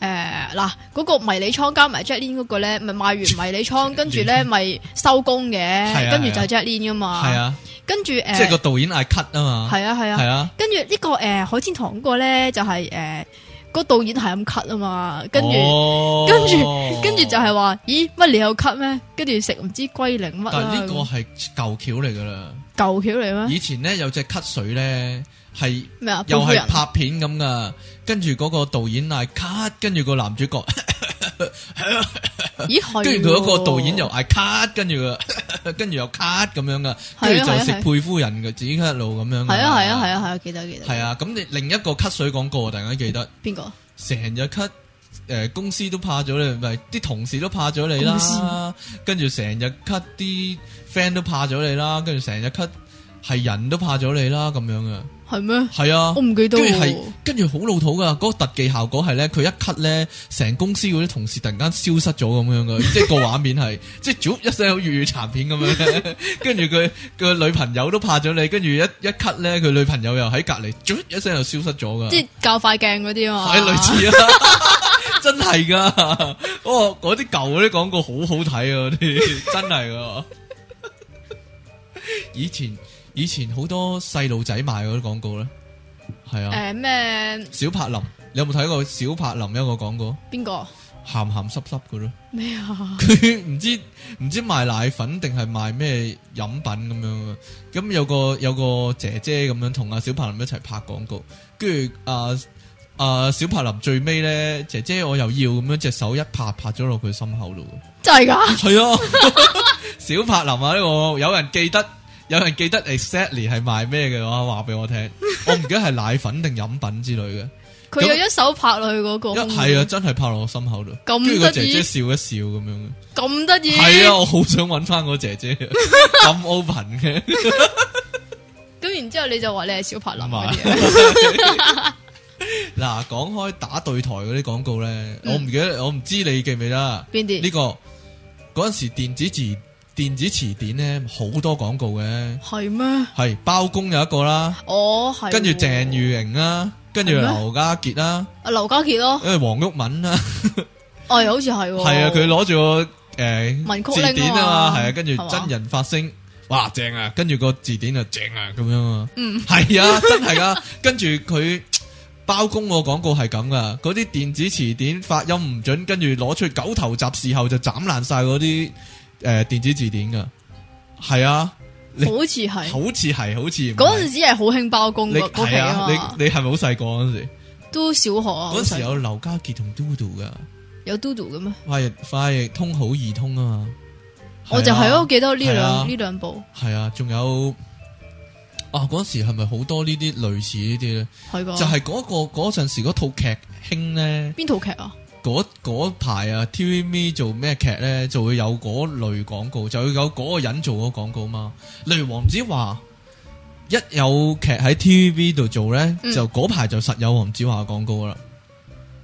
诶嗱，嗰、個迷你倉加埋 Jacklin 嗰個咧，咪賣完迷你 倉，跟住咧咪收工係啊嘅，跟住就 Jacklin 噶嘛，係，啊，跟住诶，即係個導演嗌 cut 啊嘛，係啊係係啊，啊，跟住呢個诶海天堂嗰個咧就係诶個導演係咁 cut 啊嘛，跟住哦跟住跟住就係話，咦乜你有 cut 咩？跟住食唔知龜苓乜啊但係呢個啦，係舊橋嚟㗎啦，舊橋嚟咩？以前咧有隻咳水咧係。咩啊？又半個係人拍片咁噶，跟住嗰個導演嗌 cut，跟住個男主哎角咦係，啊跟住佢嗰個導演又嗌 cut，跟住佢 跟住又 cut 咁樣噶，跟住就食配夫人嘅紫卡路咁樣㗎。啊係啊係啊係啊係啊，記得記得，嗯係啊，咁你另一個 cut 水廣告，我突然間記得，邊個？成日 cut。誒、公司都怕咗你，咪啲同事都怕咗你公啦司，跟住成日 cut 啲 friend 都怕咗你啦，跟住成日 cut 係人都怕咗你啦，咁樣啊，係咩？係啊我，唔記得跟住係喎。跟住好老土噶，嗰、個特技效果係咧，佢一 cut 咧，成公司嗰啲同事突然間消失咗咁樣噶， 即係個畫面係即係啾一聲好粵語殘片咁樣 呢跟住佢佢女朋友都怕咗你，跟住一一 cut 咧，佢女朋友又喺隔離啾一聲又消失咗噶，即係較快鏡嗰啲啊嘛，係類似啊， 真係噶，哦，嗰啲舊嗰啲廣告好好睇啊，嗰啲 真係噶，以前以前好多細路仔賣嗰啲廣告咧，係啊。誒咩小柏林，你有冇睇過小柏林一個廣告？邊個鹹鹹濕濕嘅咯，咩啊？佢 唔知唔知賣奶粉定係賣咩飲品咁樣啊咁有個有個姐姐咁樣同阿小柏林一齊拍廣告，跟住阿阿小柏林最尾咧，姐姐我又要咁樣隻手一拍拍咗落佢心口度。真係㗎？係啊， 小柏林啊呢個有人記得，有人記得 exactly 係賣咩嘅話，話俾我聽。我唔記得係奶粉定飲品之類嘅。佢有一手拍落去嗰個，一系啊，，真系拍落我心口度，咁跟住個得姐意姐笑一笑咁樣。咁得意，係啊，我好想揾翻個 姐姐咁 open 嘅，咁然之後你就話你係小柏林唔嗰係啲啊， 嗱，講開打對台嗰啲廣告咧，嗯我唔記得，我唔知你記唔記得啊邊啲呢個嗰阵时电子字电子詞典咧，好多廣告嘅，係咩？係包公有一個啦，哦，係喎。跟住鄭裕瑩啦，跟住係咩劉家傑啦，啊劉家傑咯，跟住黃毓啊敏啦。哦，好似係喎。系啊，佢攞住个诶文曲字典拎啊啊嘛，嘛系啊，跟住係嘛真人發聲，哇正啊，跟住個字典就正啊咁樣啊，嗯係啊，真係噶，跟住佢包公個廣告係咁噶，嗰啲電子詞典發音唔準，跟住攞出去九頭集事後就斬爛晒嗰啲诶电子字典噶，係啊，你好似系嗰好似系，好似阵阵时系好兴包公你嗰嗰期系啊啊，嘛，你你系咪好细个嗰阵时？都小学啊，嗰陣時有劉家傑同 Dodo 噶，有 Dodo 嘅咩？快譯快譯通好易通啊嘛。我就系係咯，啊我，記得呢係啊兩呢兩部係啊，仲有啊嗰陣時係咪好多呢啲類似呢啲咧？係個，就係嗰、個嗰陣時嗰套劇興咧，邊套劇啊？嗰嗰排啊 TVB 做咩劇咧，就會有嗰類廣告，就會有嗰個人做嗰個廣告嘛。例如黃子華一有劇喺 TVB 度做咧，嗯就嗰排就實有黃子華嘅廣告啦。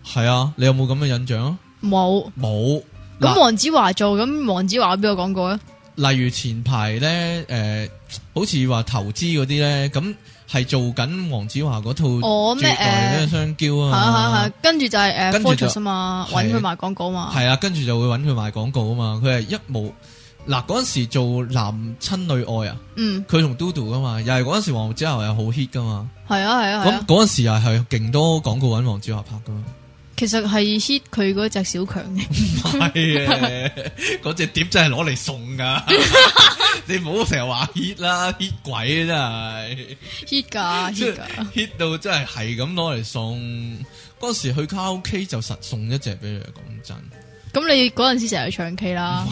係啊，你有冇咁嘅印象啊？冇。冇。咁嗱，黃子華做，咁黃子華邊個廣告啊？例如前排咧，诶、好似話投資嗰啲咧，咁係做緊黃子華嗰套哦咩絕代咩雙驕係啊係啊啊係，，跟住就係诶跟住就 Fortress 啊嘛，係搵佢賣廣告嘛。係啊，跟住就會揾佢賣廣告啊嘛，佢係一無嗱嗰阵时做男親女愛啊，嗯，佢同 Dodo 噶嘛，又係嗰阵时黃子華又好 hit 噶嘛，係啊係啊係咁啊。嗰阵时又係勁多廣告揾黃子華拍噶嘛，其實係 hit 佢嗰只小強嘅， 係嘅，嗰只碟真係攞嚟 送噶，你唔好成日話 hit 啦，hit 鬼啊真係。 hit 㗎 hit 㗎。 hit 到真係係咁攞嚟送。嗰時去卡拉 OK 就實送一隻俾你，講真咁你嗰陣時成日去唱 K 啦，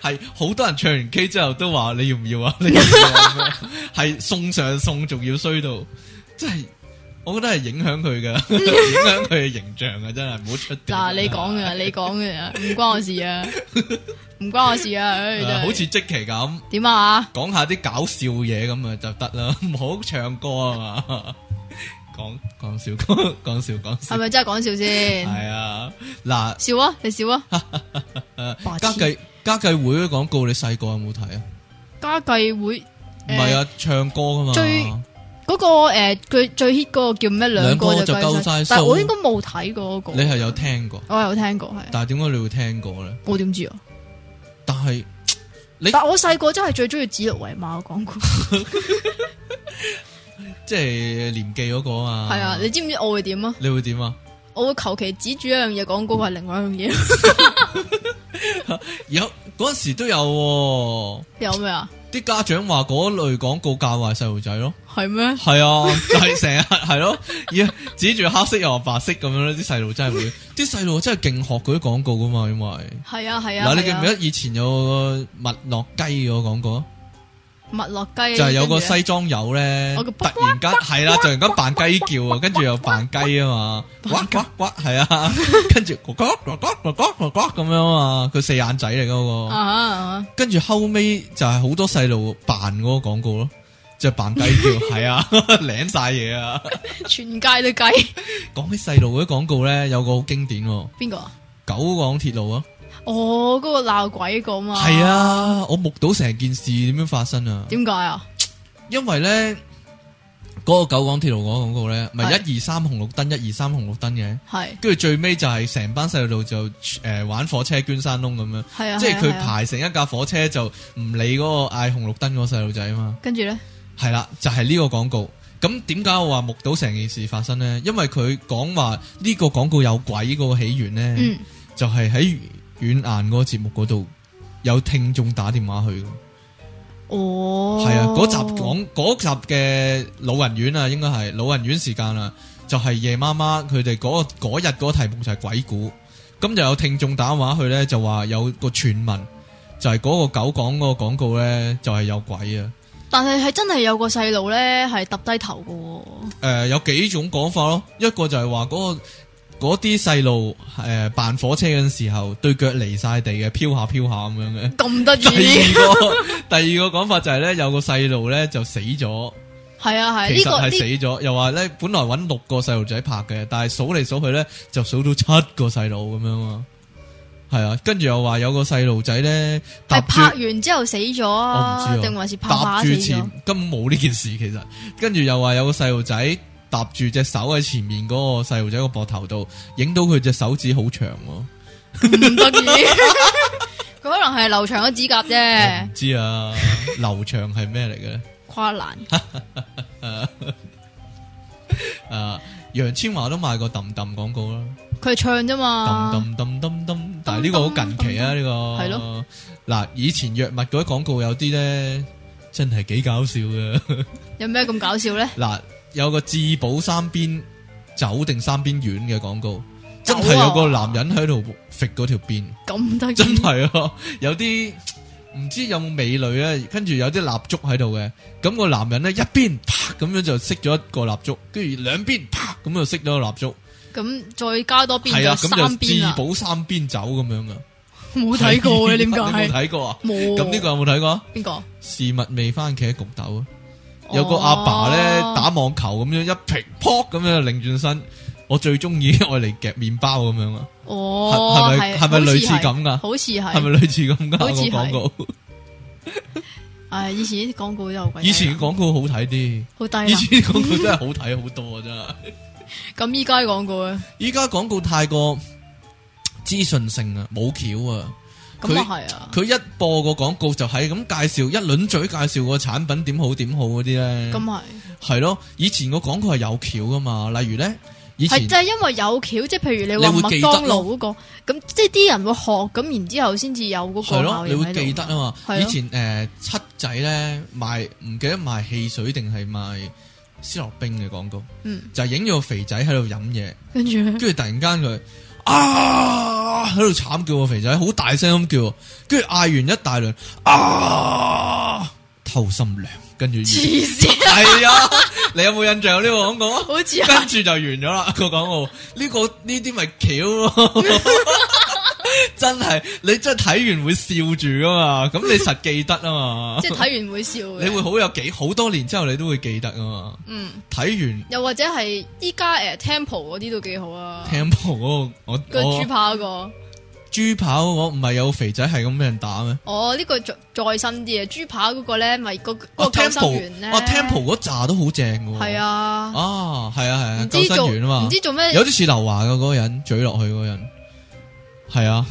係好多人唱完 K 之後都話你要 唔要啊？你要唔要啊？咁樣係送上送，仲要衰到，真係我覺得係影響 佢嘅，影響佢嘅形象啊！真係唔好出碟啊嗱你講 嘅你講嘅，唔關我事啊，唔關我事啊，唉真啊係好似即期咁點啊？講下啲搞笑嘢咁啊就得啦， 唔好唱歌啊嘛。 講講笑，講講笑，講係笑，咪真係講笑先？係啊嗱。笑啊，你笑 啊！白痴家計家計會嘅廣告，你細個有冇睇啊？家計會唔係啊，唱歌噶嘛。最嗰、個誒佢、最 hit 嗰個叫咩？兩個就兩個就夠夠晒晒數但係我應該冇睇過嗰、個。你係有聽過，我有聽過係，但係點解你會聽過咧？我點知啊？但係你但我細個真係最中意指鹿為馬嘅廣告。即係年記嗰個啊嘛。係啊，你知唔知我會點啊？你會點啊？我會求其指住一樣嘢廣告係另外一樣嘢。 有嗰陣時都有喎有咩啊？啲家長話嗰類廣告教壞細路仔咯。係咩？係 啊，就係成日係咯，而指住黑色又話白色咁樣咧，啲細路真係會，啲細路真係勁學嗰啲廣告噶嘛，因為。係啊係啊。嗱，你記唔係記得啊以前有個麥樂雞嗰個廣告啊？麥樂雞就係有個跟住西裝友咧，我個突然間係啦，突然間扮雞叫啊，跟住又扮雞啊嘛，呱呱呱係啊， 跟住呱呱呱呱呱呱呱咁樣啊嘛，佢四眼仔嚟嗰啊個，啊啊跟住後尾就係好多細路扮嗰個廣告咯，就係扮雞叫，係啊， 領晒嘢啊！全街都 雞。講起細路嗰啲廣告咧，有個好經典喎，邊個啊？九廣鐵路啊，哦，嗰、個鬧鬼個嘛。係。啊，我目睹成件事點樣發生啊！點解啊？因为咧嗰、个九广铁路嗰个广告咧，咪系一二三红绿灯，一二三红绿灯嘅，係跟住最尾就系成班細路就诶、呃玩火車捐山窿咁樣，係啊。即係係啊佢。係啊排成一架火車就唔理嗰個嗌紅綠燈嗰個細路仔啊嘛，跟住咧，係啦，就係呢個廣告。咁點解我話目睹成件事發生呢？因為佢講話呢個廣告有鬼嗰個起源呢，嗯，就係喺遠眼嗰個節目嗰度有聽眾打電話去嘅。哦。系啊，嗰集講嗰集嘅老人院啊，應該係老人院時間啊，就係夜媽媽佢哋嗰個嗰日嗰個題目就係鬼故，咁就有聽眾打電話去咧，就話有個傳聞，就係嗰個狗講嗰個廣告咧，就係有鬼啊，但係係真係有個細路咧，係揼低頭嘅诶、有幾種講法咯，一個就係話嗰個。嗰啲細路誒扮火車嗰陣時候，對腳離晒地嘅，飄下飄下咁樣嘅。喎，咁 得第意。二個 第二個講法就係咧，有個細路咧就死咗，係啊係，其呢實個係死呢咗，又話咧本來揾六個細路仔拍嘅，但係數嚟數去咧就數到七個細路咁樣啊，係啊，跟住又話有個細路仔咧係搭住拍完之後死咗我啊唔知，啊定還是拍搭馬死住咗前？根本冇呢件事其實，跟住又話有個細路仔搭住隻手喺前面嗰個細路仔個膊頭度，影到佢隻手指好長喎，唔得 意。 佢可能係留長咗指甲我啫唔，知啊， 流長係咩嚟嘅咧？跨欄啊，楊千嬅都賣過氹氹廣告啦。佢係唱啫嘛。噔噔噔噔噔，但系呢個好近期啊，呢個係咯。嗱，以前藥物嗰啲廣告有啲咧，真係幾搞 笑嘅。有咩咁搞笑咧？嗱，有個至寶三邊酒定三邊丸嘅廣告，真酒係啊有個男人喺度揈嗰條 邊，咁得真意，係啊！有啲唔知有冇美女咧，跟住有啲蠟燭喺度嘅，咁、個男人咧一邊啪咁樣就熄咗一個蠟燭，跟住兩邊啪咁就熄咗個蠟燭，咁再加多邊係啊，就咁三就邊至啦，寶三邊酒咁樣啊！冇睇過嘅 點解？你冇睇過啊？冇咁呢個有冇睇過啊？邊個？事物味番茄焗豆啊！有個阿爸咧哦打網球咁樣一劈撲咁樣擰轉身，我最中意愛嚟夾麵包咁樣啊！哦，係係咪係咪好類似係咁㗎好似係咪係，類似咁噶個好似係廣告？唉，以前啲廣告都好鬼低以啦，前嘅廣告好睇啲，好低啊啦以。前嘅廣告真係好睇好多啊！真係，咁依家啲廣告啊咧，依家廣告太過資訊性啊，冇橋啊！咁佢啊係啊，佢一播個廣告就係咁介紹，一輪嘴介紹個產品點好點好嗰啲咧，咁啊係係咯。以前個廣告係有橋噶嘛，例如咧，以前係就係因為有橋，即係譬如你話你會麥記得當勞嗰個，咁即係啲人會學，咁然之後先至有嗰個係效咯，你應會喺度記得啊嘛。係以咯前誒七仔咧賣唔記得賣汽水定係賣思樂冰嘅廣告，嗯，就係影咗個肥仔喺度飲嘢，跟住咧跟住突然間佢啊喺度慘叫個肥仔，好大聲咁叫，跟住嗌完一大輪啊透心涼，跟住完 黐線，係啊！你有冇印象呢個廣告啊？好 似係跟住就完咗啦 個廣告，呢個呢啲咪橋咯， 真係你真係睇完會笑住噶嘛，咁你實記得啊嘛 即，係睇完會笑嘅。 你會好有幾好多年之後你都會記得啊嘛，嗯，睇完又或者係依家誒 Temple 嗰啲都幾好哦啊， Temple 嗰個我個我豬扒嗰個。豬跑嗰個唔係有肥仔係咁俾人打咩？哦，呢個再再新啲啊，豬扒嗰個咧，咪嗰個哦嗰個救生 Temple 員咧，哦 Temple 嗰扎都好正噶，係，啊，啊係啊係啊，唔救知做生員啊嘛唔，知做咩，有啲似劉華嘅嗰個人，嘴落去嗰個人，係啊，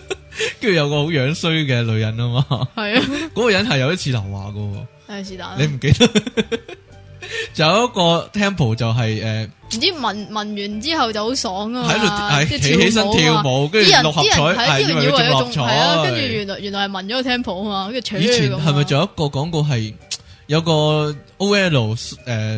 跟住有個好樣衰嘅女人啊 嘛，係啊，嗰、個人係有啲似劉華嘅喎，係是但啦，你唔記得？ 就有一個 temple 就係誒唔知聞聞完之後就好爽啊嘛，喺度係即係企起身跳啊，舞，跟住啲人六合啲人彩，係係啲人以為為佢中六佢合仲係啊，彩跟住。原來原來係聞咗個 temple 啊嘛，跟住取以前係咪有仲有一個廣告係有個 OL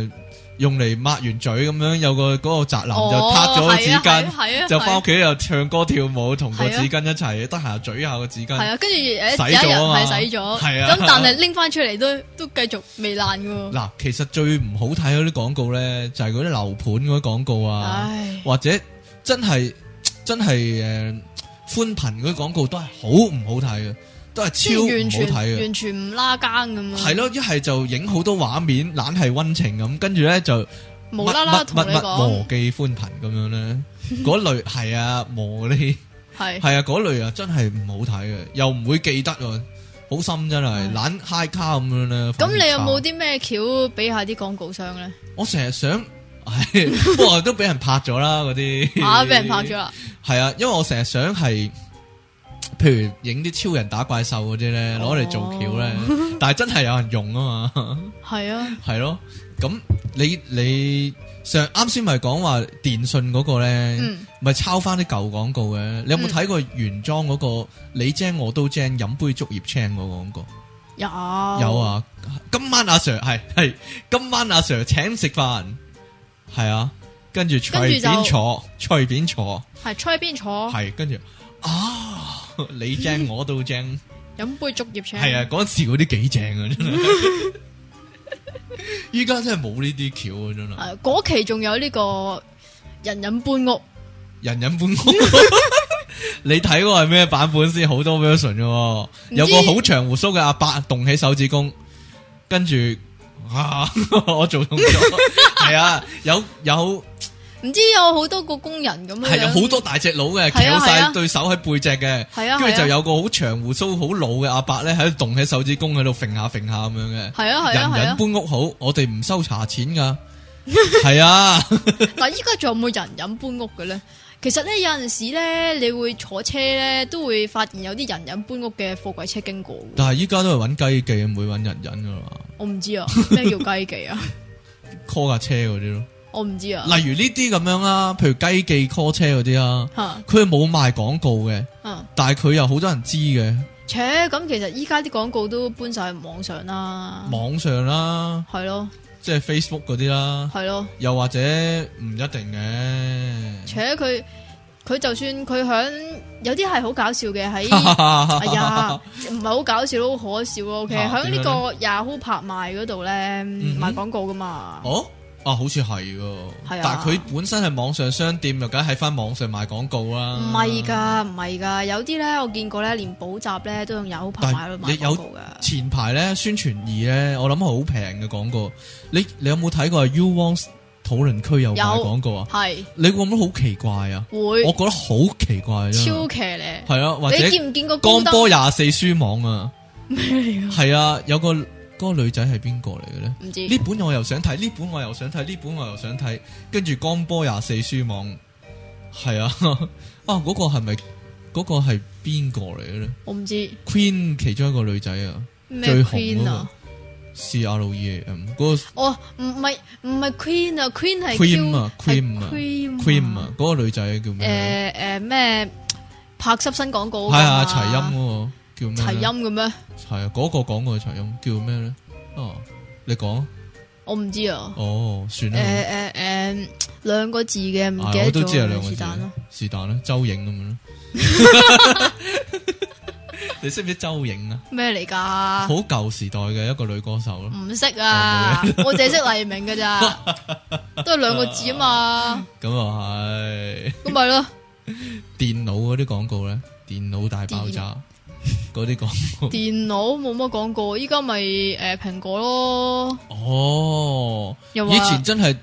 誒、用嚟抹完嘴咁樣，有個嗰、個宅男就撻咗個紙巾。哦係 啊，就翻係屋啊企又唱歌跳舞，同個係啊紙巾一齊，得閒嘴下個紙係巾。啊，跟住誒有一洗咗啊嘛日係洗咗，係啊咁但係拎翻出嚟都都繼續未爛嘅喎，嗱，其實最唔好睇嗰啲廣告咧，就係嗰啲樓盤嗰啲廣告啊，唉，或者真係真係誒寬頻嗰啲廣告都係好唔好睇嘅，都係即超係唔完全好睇嘅。完全唔拉更咁啊，係咯，一係就影好多畫面，懶係温情咁，跟住咧就無啦啦密同密你密密和講，記寬頻咁樣咧，嗰類係啊磨嗰啲。係系啊，嗰類啊，真係唔好睇嘅，又唔會記得喎，好深真係，唉懶 high 卡咁樣咧。嗯咁你有冇？啲咩橋俾下啲廣告商咧？我成日想，唉 不過都俾人拍咗啦，嗰啲啊，俾人拍咗。啦！係啊，因為我成日想係，譬如影啲超人打怪獸嗰啲咧，攞嚟做橋咧，哦但係真係有人用啊嘛，係啊，係咯。咁你你上啱先咪講話電信嗰個咧，嗯，咪抄翻啲舊廣告嘅，你有冇嗯睇過原裝嗰、個你精我都精飲杯竹葉青嗰個廣告？有有有，啊，今晚阿 Sir 係係今晚阿 Sir 請食飯，係啊，跟住隨跟住就哦便坐，隨便坐，係坐喺邊坐，係跟住啊， 你精我都 精，飲杯竹葉青。係啊，，嗰時嗰啲幾正啊，真係， 依家真係冇呢啲橋啊，真誒，係。嗰期仲有呢個人人搬屋，人人搬屋。 你睇過係咩版本先？好多 version 嘅喎，唔知有個好長胡鬚嘅阿伯動起手指公，跟住啊， 我做 動作，係啊，有有唔知有好多個工人咁樣樣。係有好多大隻佬嘅，啊係啊翹係晒啊對手喺背脊嘅，係啊跟住係就啊有個好長胡鬚好老嘅阿伯咧喺度動起手指公喺度揈下揈下咁樣嘅。係啊係人啊係人啊！搬屋好，我哋唔收茶 錢噶，係啊，但依家仲有冇人人搬屋嘅咧？其實咧有陣時咧，你會坐車咧，都會發現有啲人人搬屋嘅貨櫃車經過嘅。但係依家都係揾雞記，唔會揾人人噶嘛我唔知啊，咩叫雞記 啊？ ，call 架車嗰啲咯。我唔知啊。例如呢啲咁樣啦，譬如雞記 call 車嗰啲啦，啊吓，佢係冇賣廣告嘅，嗯，但係佢又好多人知嘅，扯咁，其實依家啲廣告都搬晒去網上啦，網上啦，係咯即係 Facebook 嗰啲啦，係咯，又或者唔一定嘅。扯佢佢就算佢響有啲係好搞笑嘅喺， 哎哎呀，唔係好搞笑咯，好可笑咯，OK，啊響呢點個樣嗯 Yahoo 拍賣嗰度咧哼賣廣告噶嘛，哦，啊，好似係喎，係啊但係佢本身係網上商店，又梗係喺翻網上賣廣告啊啦。唔係，㗎，唔係㗎，有啲咧我見過咧，連補習咧都用 Yahoo 拍但賣去係賣你有廣告㗎。前排咧宣傳二咧，我諗好平嘅廣告。你你有冇睇過啊 U Wants 討論區有賣有廣告啊？係你會唔會好奇怪啊？會我覺得好奇怪啊！超騎呢。係啊，或者你見唔見過高江登？波廿四書網啊，係啊，有個嗰個女仔係邊個嚟嘅咧？唔知呢本我又想睇，呢本我又想睇，呢本我又想睇，跟住江波廿四書網係啊， 啊嗰、個係咪嗰個係邊個嚟嘅咧我唔知？Queen 其中一個女仔啊咩最紅 Queen 嗰啊個？，C R O E A M 嗰個哦，唔唔係唔係 Queen 啊，Queen 係 Cream 啊叫係，Cream 啊 Cream Cream 啊啊，，嗰個女仔叫咩？誒誒咩拍濕新廣告係啊，齊齊音嗰個叫咩？齊音嘅咩？係啊，嗰個講過嘅齊音叫咩咧？哦，你講我唔知啊。哦，算誒啦。誒誒兩個字嘅唔啊記我得都咗，知係兩個是但字咯。，是但啦，周影咁樣咯。 你識唔識周影啊？咩嚟㗎？好舊時代嘅一個女歌手咯。唔識啊！哦我淨係識黎明㗎 咋，都係兩個字啊嘛，咁啊係咁咪咯。電腦嗰啲廣告咧，電腦大爆炸嗰啲廣告。電腦冇乜廣告，依家咪誒蘋果咯，哦，又話以前真係，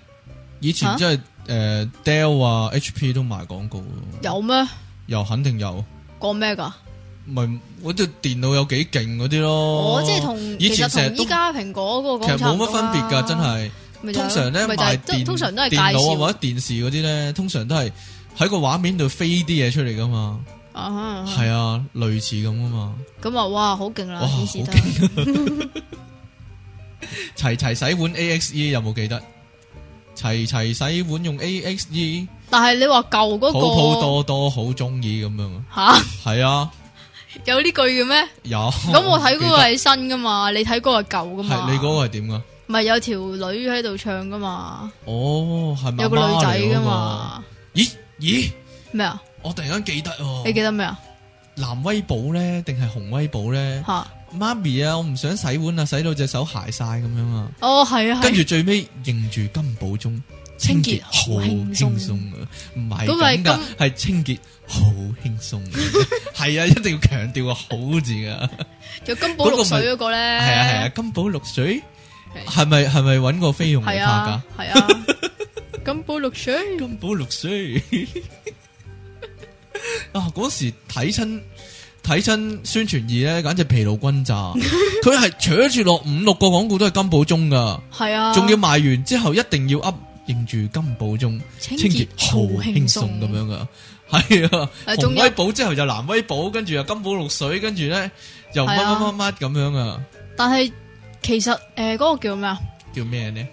以嚇前真係誒 Dell 啊、HP 都賣廣告喎，有咩又肯定有。講咩㗎？咪嗰隻電腦有幾勁嗰啲咯。我即係同哦以其前實成日同都依家蘋果嗰個其講實差冇唔多乜分啦別㗎，真。係。咪就係通咯常咧咪就係賣都電通常都係介電腦啊紹或者電視嗰啲咧，通常都係喺個畫面度飛啲嘢出嚟噶嘛，啊哈啊哈係啊，類似咁噶嘛，咁啊，哇，好勁啦！哇顯示得好齊齊洗碗 A X E 有冇記得？齊齊洗碗用 A X E，但係你話舊嗰普普個多多好中意咁樣啊，吓係啊，有呢句嘅咩？有。咁我睇嗰個記係新噶嘛，你睇嗰個係舊噶得嘛？係你嗰個係點噶？咪有條女喺度唱噶嘛？哦，係咪有個女仔㗎噶？嘛？咦咦，咩啊？我突然間記得你記喎，得咩啊？藍威寶咧定係紅威寶咧？ 吓媽咪啊，我唔想洗碗啊，洗到隻手鞋晒咁樣啊。哦，係啊，係啊跟住最尾認住金寶鐘，清潔好輕清潔好鬆啊，唔係咁咪咁噶金，係清潔好輕鬆啊， 係啊，一定要強調個好字噶，有金寶綠水嗰個咧，係啊係啊，金寶綠水係係咪係咪揾個菲傭嚟拍係噶啊？係 啊，金寶綠水金寶綠水 啊！嗰時睇親睇親宣傳二咧，簡直疲勞轟炸，佢係扯住落五六個廣告都係金寶鐘噶。係啊，仲要賣完之後一定要 up 認住金寶鐘，清清潔潔好輕鬆咁樣噶， 係啊，誒仲紅有威寶之後就藍威寶，跟住又金寶綠水，跟住咧又乜係啊乜乜乜咁樣啊，但係其實诶嗰個叫咩啊？叫咩呢？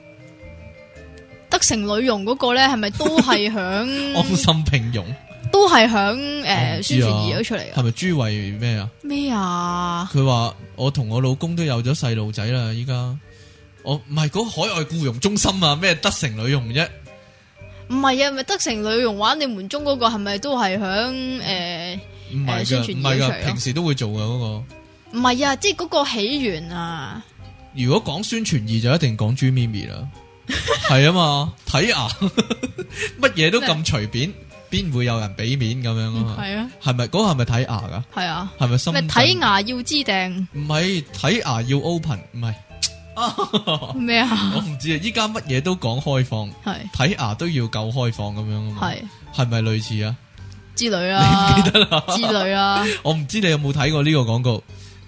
德成女佣嗰個咧，係咪都係 安響心平庸都係響我唔知啊诶宣傳儀嗰出嚟係噶？咪朱慧咩啊？咩啊？佢話我同我老公都有咗細路仔啦，依家我唔係嗰個海外僱傭中心啊，咩德成女傭啫，唔係啊，咪德成女佣玩你門中嗰個係咪都係響诶？唔誒係噶宣，唔傳啊係嘢噶出嚟，咯平時都會做噶嗰個。唔係啊，即係嗰個起源啊，如果講宣傳二就一定講朱咪咪啦， 係啊嘛，睇牙 乜嘢都咁隨便，邊會有人俾面咁樣啊嘛？係啊，係咪嗰個係咪睇牙噶？係啊，係咪心咪震睇？牙要知定唔係睇牙要 open，唔係哦咩啊？我唔知啊！依家乜嘢都講開放，係睇牙都要夠開放咁樣啊嘛？係係咪類似啊？之類啦，之類啊啦，我唔知你有冇睇過呢個廣告？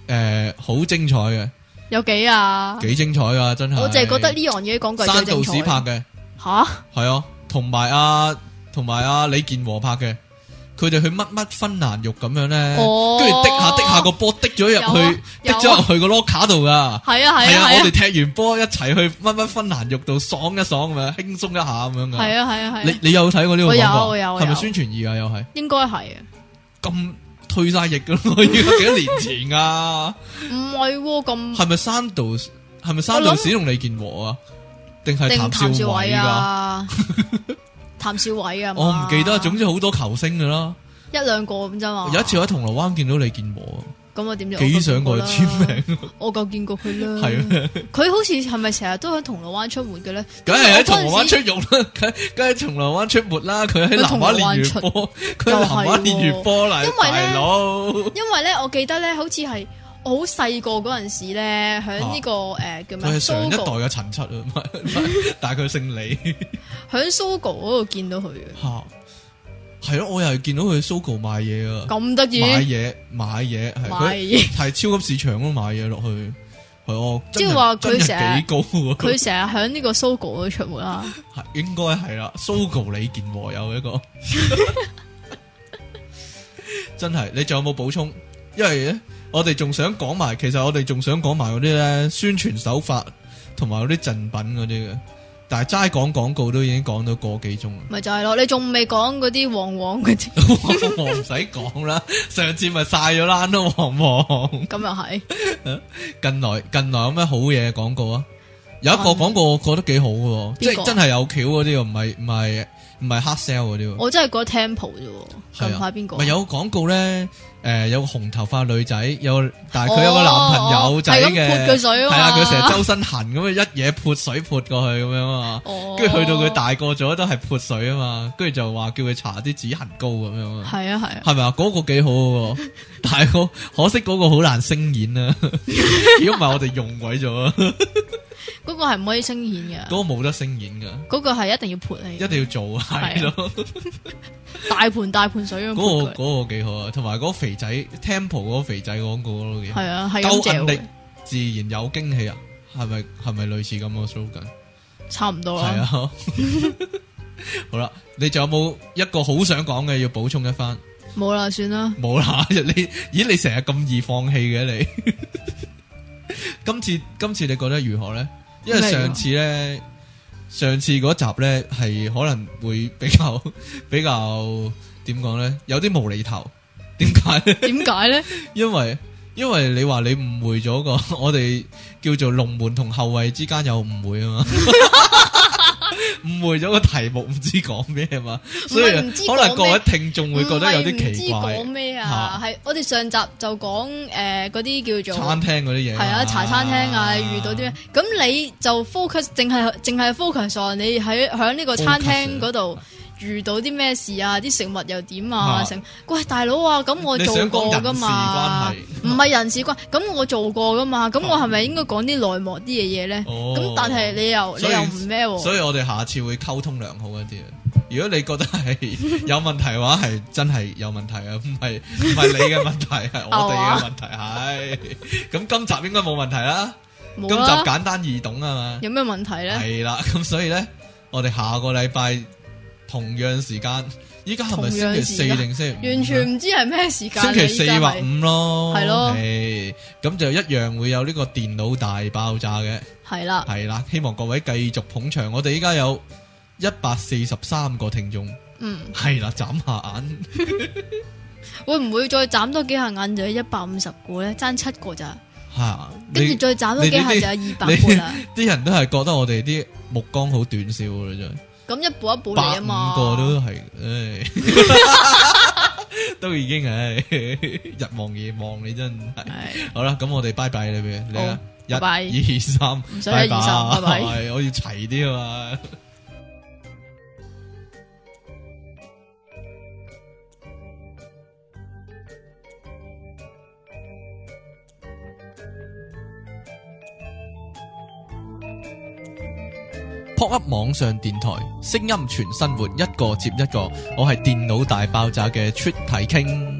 诶、好精彩嘅，有幾啊？幾精彩噶，真係。我淨係覺得呢樣嘢講句山最道精士拍彩。嘅。吓，系啊，同埋啊，同埋啊，李健和拍嘅，佢哋去乜乜芬蘭肉咁樣咧，哦跟住滴下滴下個波滴咗入有啊去，滴有啊咗入去個 locker 度係噶。啊係係啊啊，係我啊哋踢完波一齊去乜乜芬蘭肉度爽一爽咁樣，輕鬆一下咁樣噶。係啊係啊係啊你，你有睇過呢個廣告我啊？有我有我有係咪宣傳二啊？又係應該係啊。咁退晒役噶咯，要幾多年前啊？唔係喎咁係咪山道？係咪山道史同李健和啊？定係定譚譚少兆偉偉噶？ 啊，譚少偉啊，我唔記得，總總之好多球星噶啦。一兩個咁啫嘛。有一次我喺銅鑼灣見到李健和啊，咁哦我點知我幾夠想見過過啦嗯去簽，名，我夠見過佢啦。係啊咩？佢好似係咪成日都喺銅鑼灣出沒嘅咧？梗係喺銅鑼我嗰陣灣出時獄啦，梗梗喺銅鑼灣出沒啦，佢喺佢南華銅鑼灣練完出波，佢喺南華練完波嚟，又係喎因為大呢佬因為咧，我記得咧，好似係我好細個嗰陣時咧，喺呢、個誒、呃叫咩啊佢係上一代 Sogo，嘅陳七啊，唔係唔 係但係佢姓李喺 Sogo 嗰度見到佢嘅，吓，係咯，我又係見到佢去 Sogo 買嘢啊，咁得意買嘢買嘢係買佢嘢，係超級市場咁買嘢落去，係哦，即係真係話佢真成日係幾高喎，佢成日喺呢個 Sogo 嗰度出沒啦。，係應該係啦，Sogo 李健和有一個， 真係你仲有冇補充？因為咧，我哋仲想講埋，其實我哋仲想講埋嗰啲咧宣傳手法同埋嗰啲贈品嗰啲嘅，但係齋講廣告都已經講咗個幾鐘啦 咪就係咯，你仲未講嗰啲旺旺嗰啲，我唔使講啦，上次咪晒咗啦都旺旺，咁又係近來近來有咩好嘢廣告啊？有一個廣告我覺得幾好嘅喎，即邊個係啊真係有橋嗰啲喎，唔係唔係唔係黑 sell 嗰啲喎。我真係覺得 Temple 啫喎，係啊近排邊個？咪有個廣告咧，誒、有個紅頭髮女仔，有但係佢有個男朋友仔嘅，哦哦哦係咁潑佢水啊嘛係啊，佢成日周身痕咁樣一嘢潑水潑過去咁樣啊嘛，哦，跟住去到佢，大個咗都係潑水啊嘛，跟住就話叫佢搽啲止痕膏咁樣啊，係啊係啊，係咪啊？嗰、個幾好喎， 但係我可惜嗰個好難聲演啊， 如果唔係我哋用鬼咗，啊，嗰個係唔可以聲演嘅，嗰個冇得聲演噶，嗰個係一定要潑你，一定要做啊係係啊咯。大盤大盤水咁嗰潑個佢，嗰個幾好啊，同埋嗰個肥仔 Temple 嗰個肥仔廣告都幾好係。啊係咁夠嚼韌力嘅，，自然有驚喜啊！係咪係咪類似咁嘅 slogan？差唔多係啦。啊， 好啦，你仲有冇一個好想講嘅要補充一番？冇啦，算啦。冇啦， 你咦你成日咁易放棄嘅你？ 今次今次你覺得如何咧？因為咩如何上次咧，上次嗰集咧係可能會比較 比較點講咧，有啲無厘頭。點解咧？點解咧？ 因為因為你話你誤會咗個 我哋叫做龍門同後衛之間有誤會啊嘛， 誤會咗個題目唔知講咩啊嘛，所以唔係唔知講咩可能各位聽眾會覺得有啲唔奇係唔知怪講，咩嚇啊？係我哋上集就講誒嗰啲叫做餐廳嗰啲嘢係啊茶餐廳啊，遇到啲咩？咁你就 focus 淨係淨係 focus on 你喺喺呢個餐 Focus 廳嗰度遇到啲咩事啊？啲食物又點啊啊？成喂大佬啊！咁我你做想講過人噶事嘛關係？唔係人事關，咁我做過噶嘛？咁我係咪應該講啲內幕啲嘅嘢咧？哦咁但係哦你又你所以又唔咩喎？所以我哋下次會溝通良好一啲啊。如果你覺得係 有問題嘅話，係真係有問題啊，唔係唔 係你嘅問題，哦係我哋嘅問題。係咁今集應該冇問題啦，今集冇啦，簡單易懂啊嘛。有咩問題咧？系啦，咁所以咧，我哋下個禮拜同樣時間，依家係咪星期同四樣時間定星期五啊完全唔知係咩時間啊。星期四嗯依家或係五咯，係咯係，咁就一樣會有呢個電腦大爆炸嘅，係啦，係啦，希望各位繼續捧場，我哋依家有一百四十三個聽眾，嗯，係啦，眨下眼，會唔會再斬多幾下眼就一百五十個咧？爭七個咋？吓，跟住你再斬多幾下就有二百個啦。啲人都係覺得我哋啲目光好短少嘅啫。咁一步一步嚟百啊嘛。五個都係，唉， 都已經 唉，日望夜望你真係。係好啦，咁我哋拜拜你俾你啊好，一、拜拜二、三，唔使一二三拜拜係我要齊啲啊嘛。p o p Up 網上電台，聲音全生活，一個接一個。我係電腦大爆炸嘅出體傾。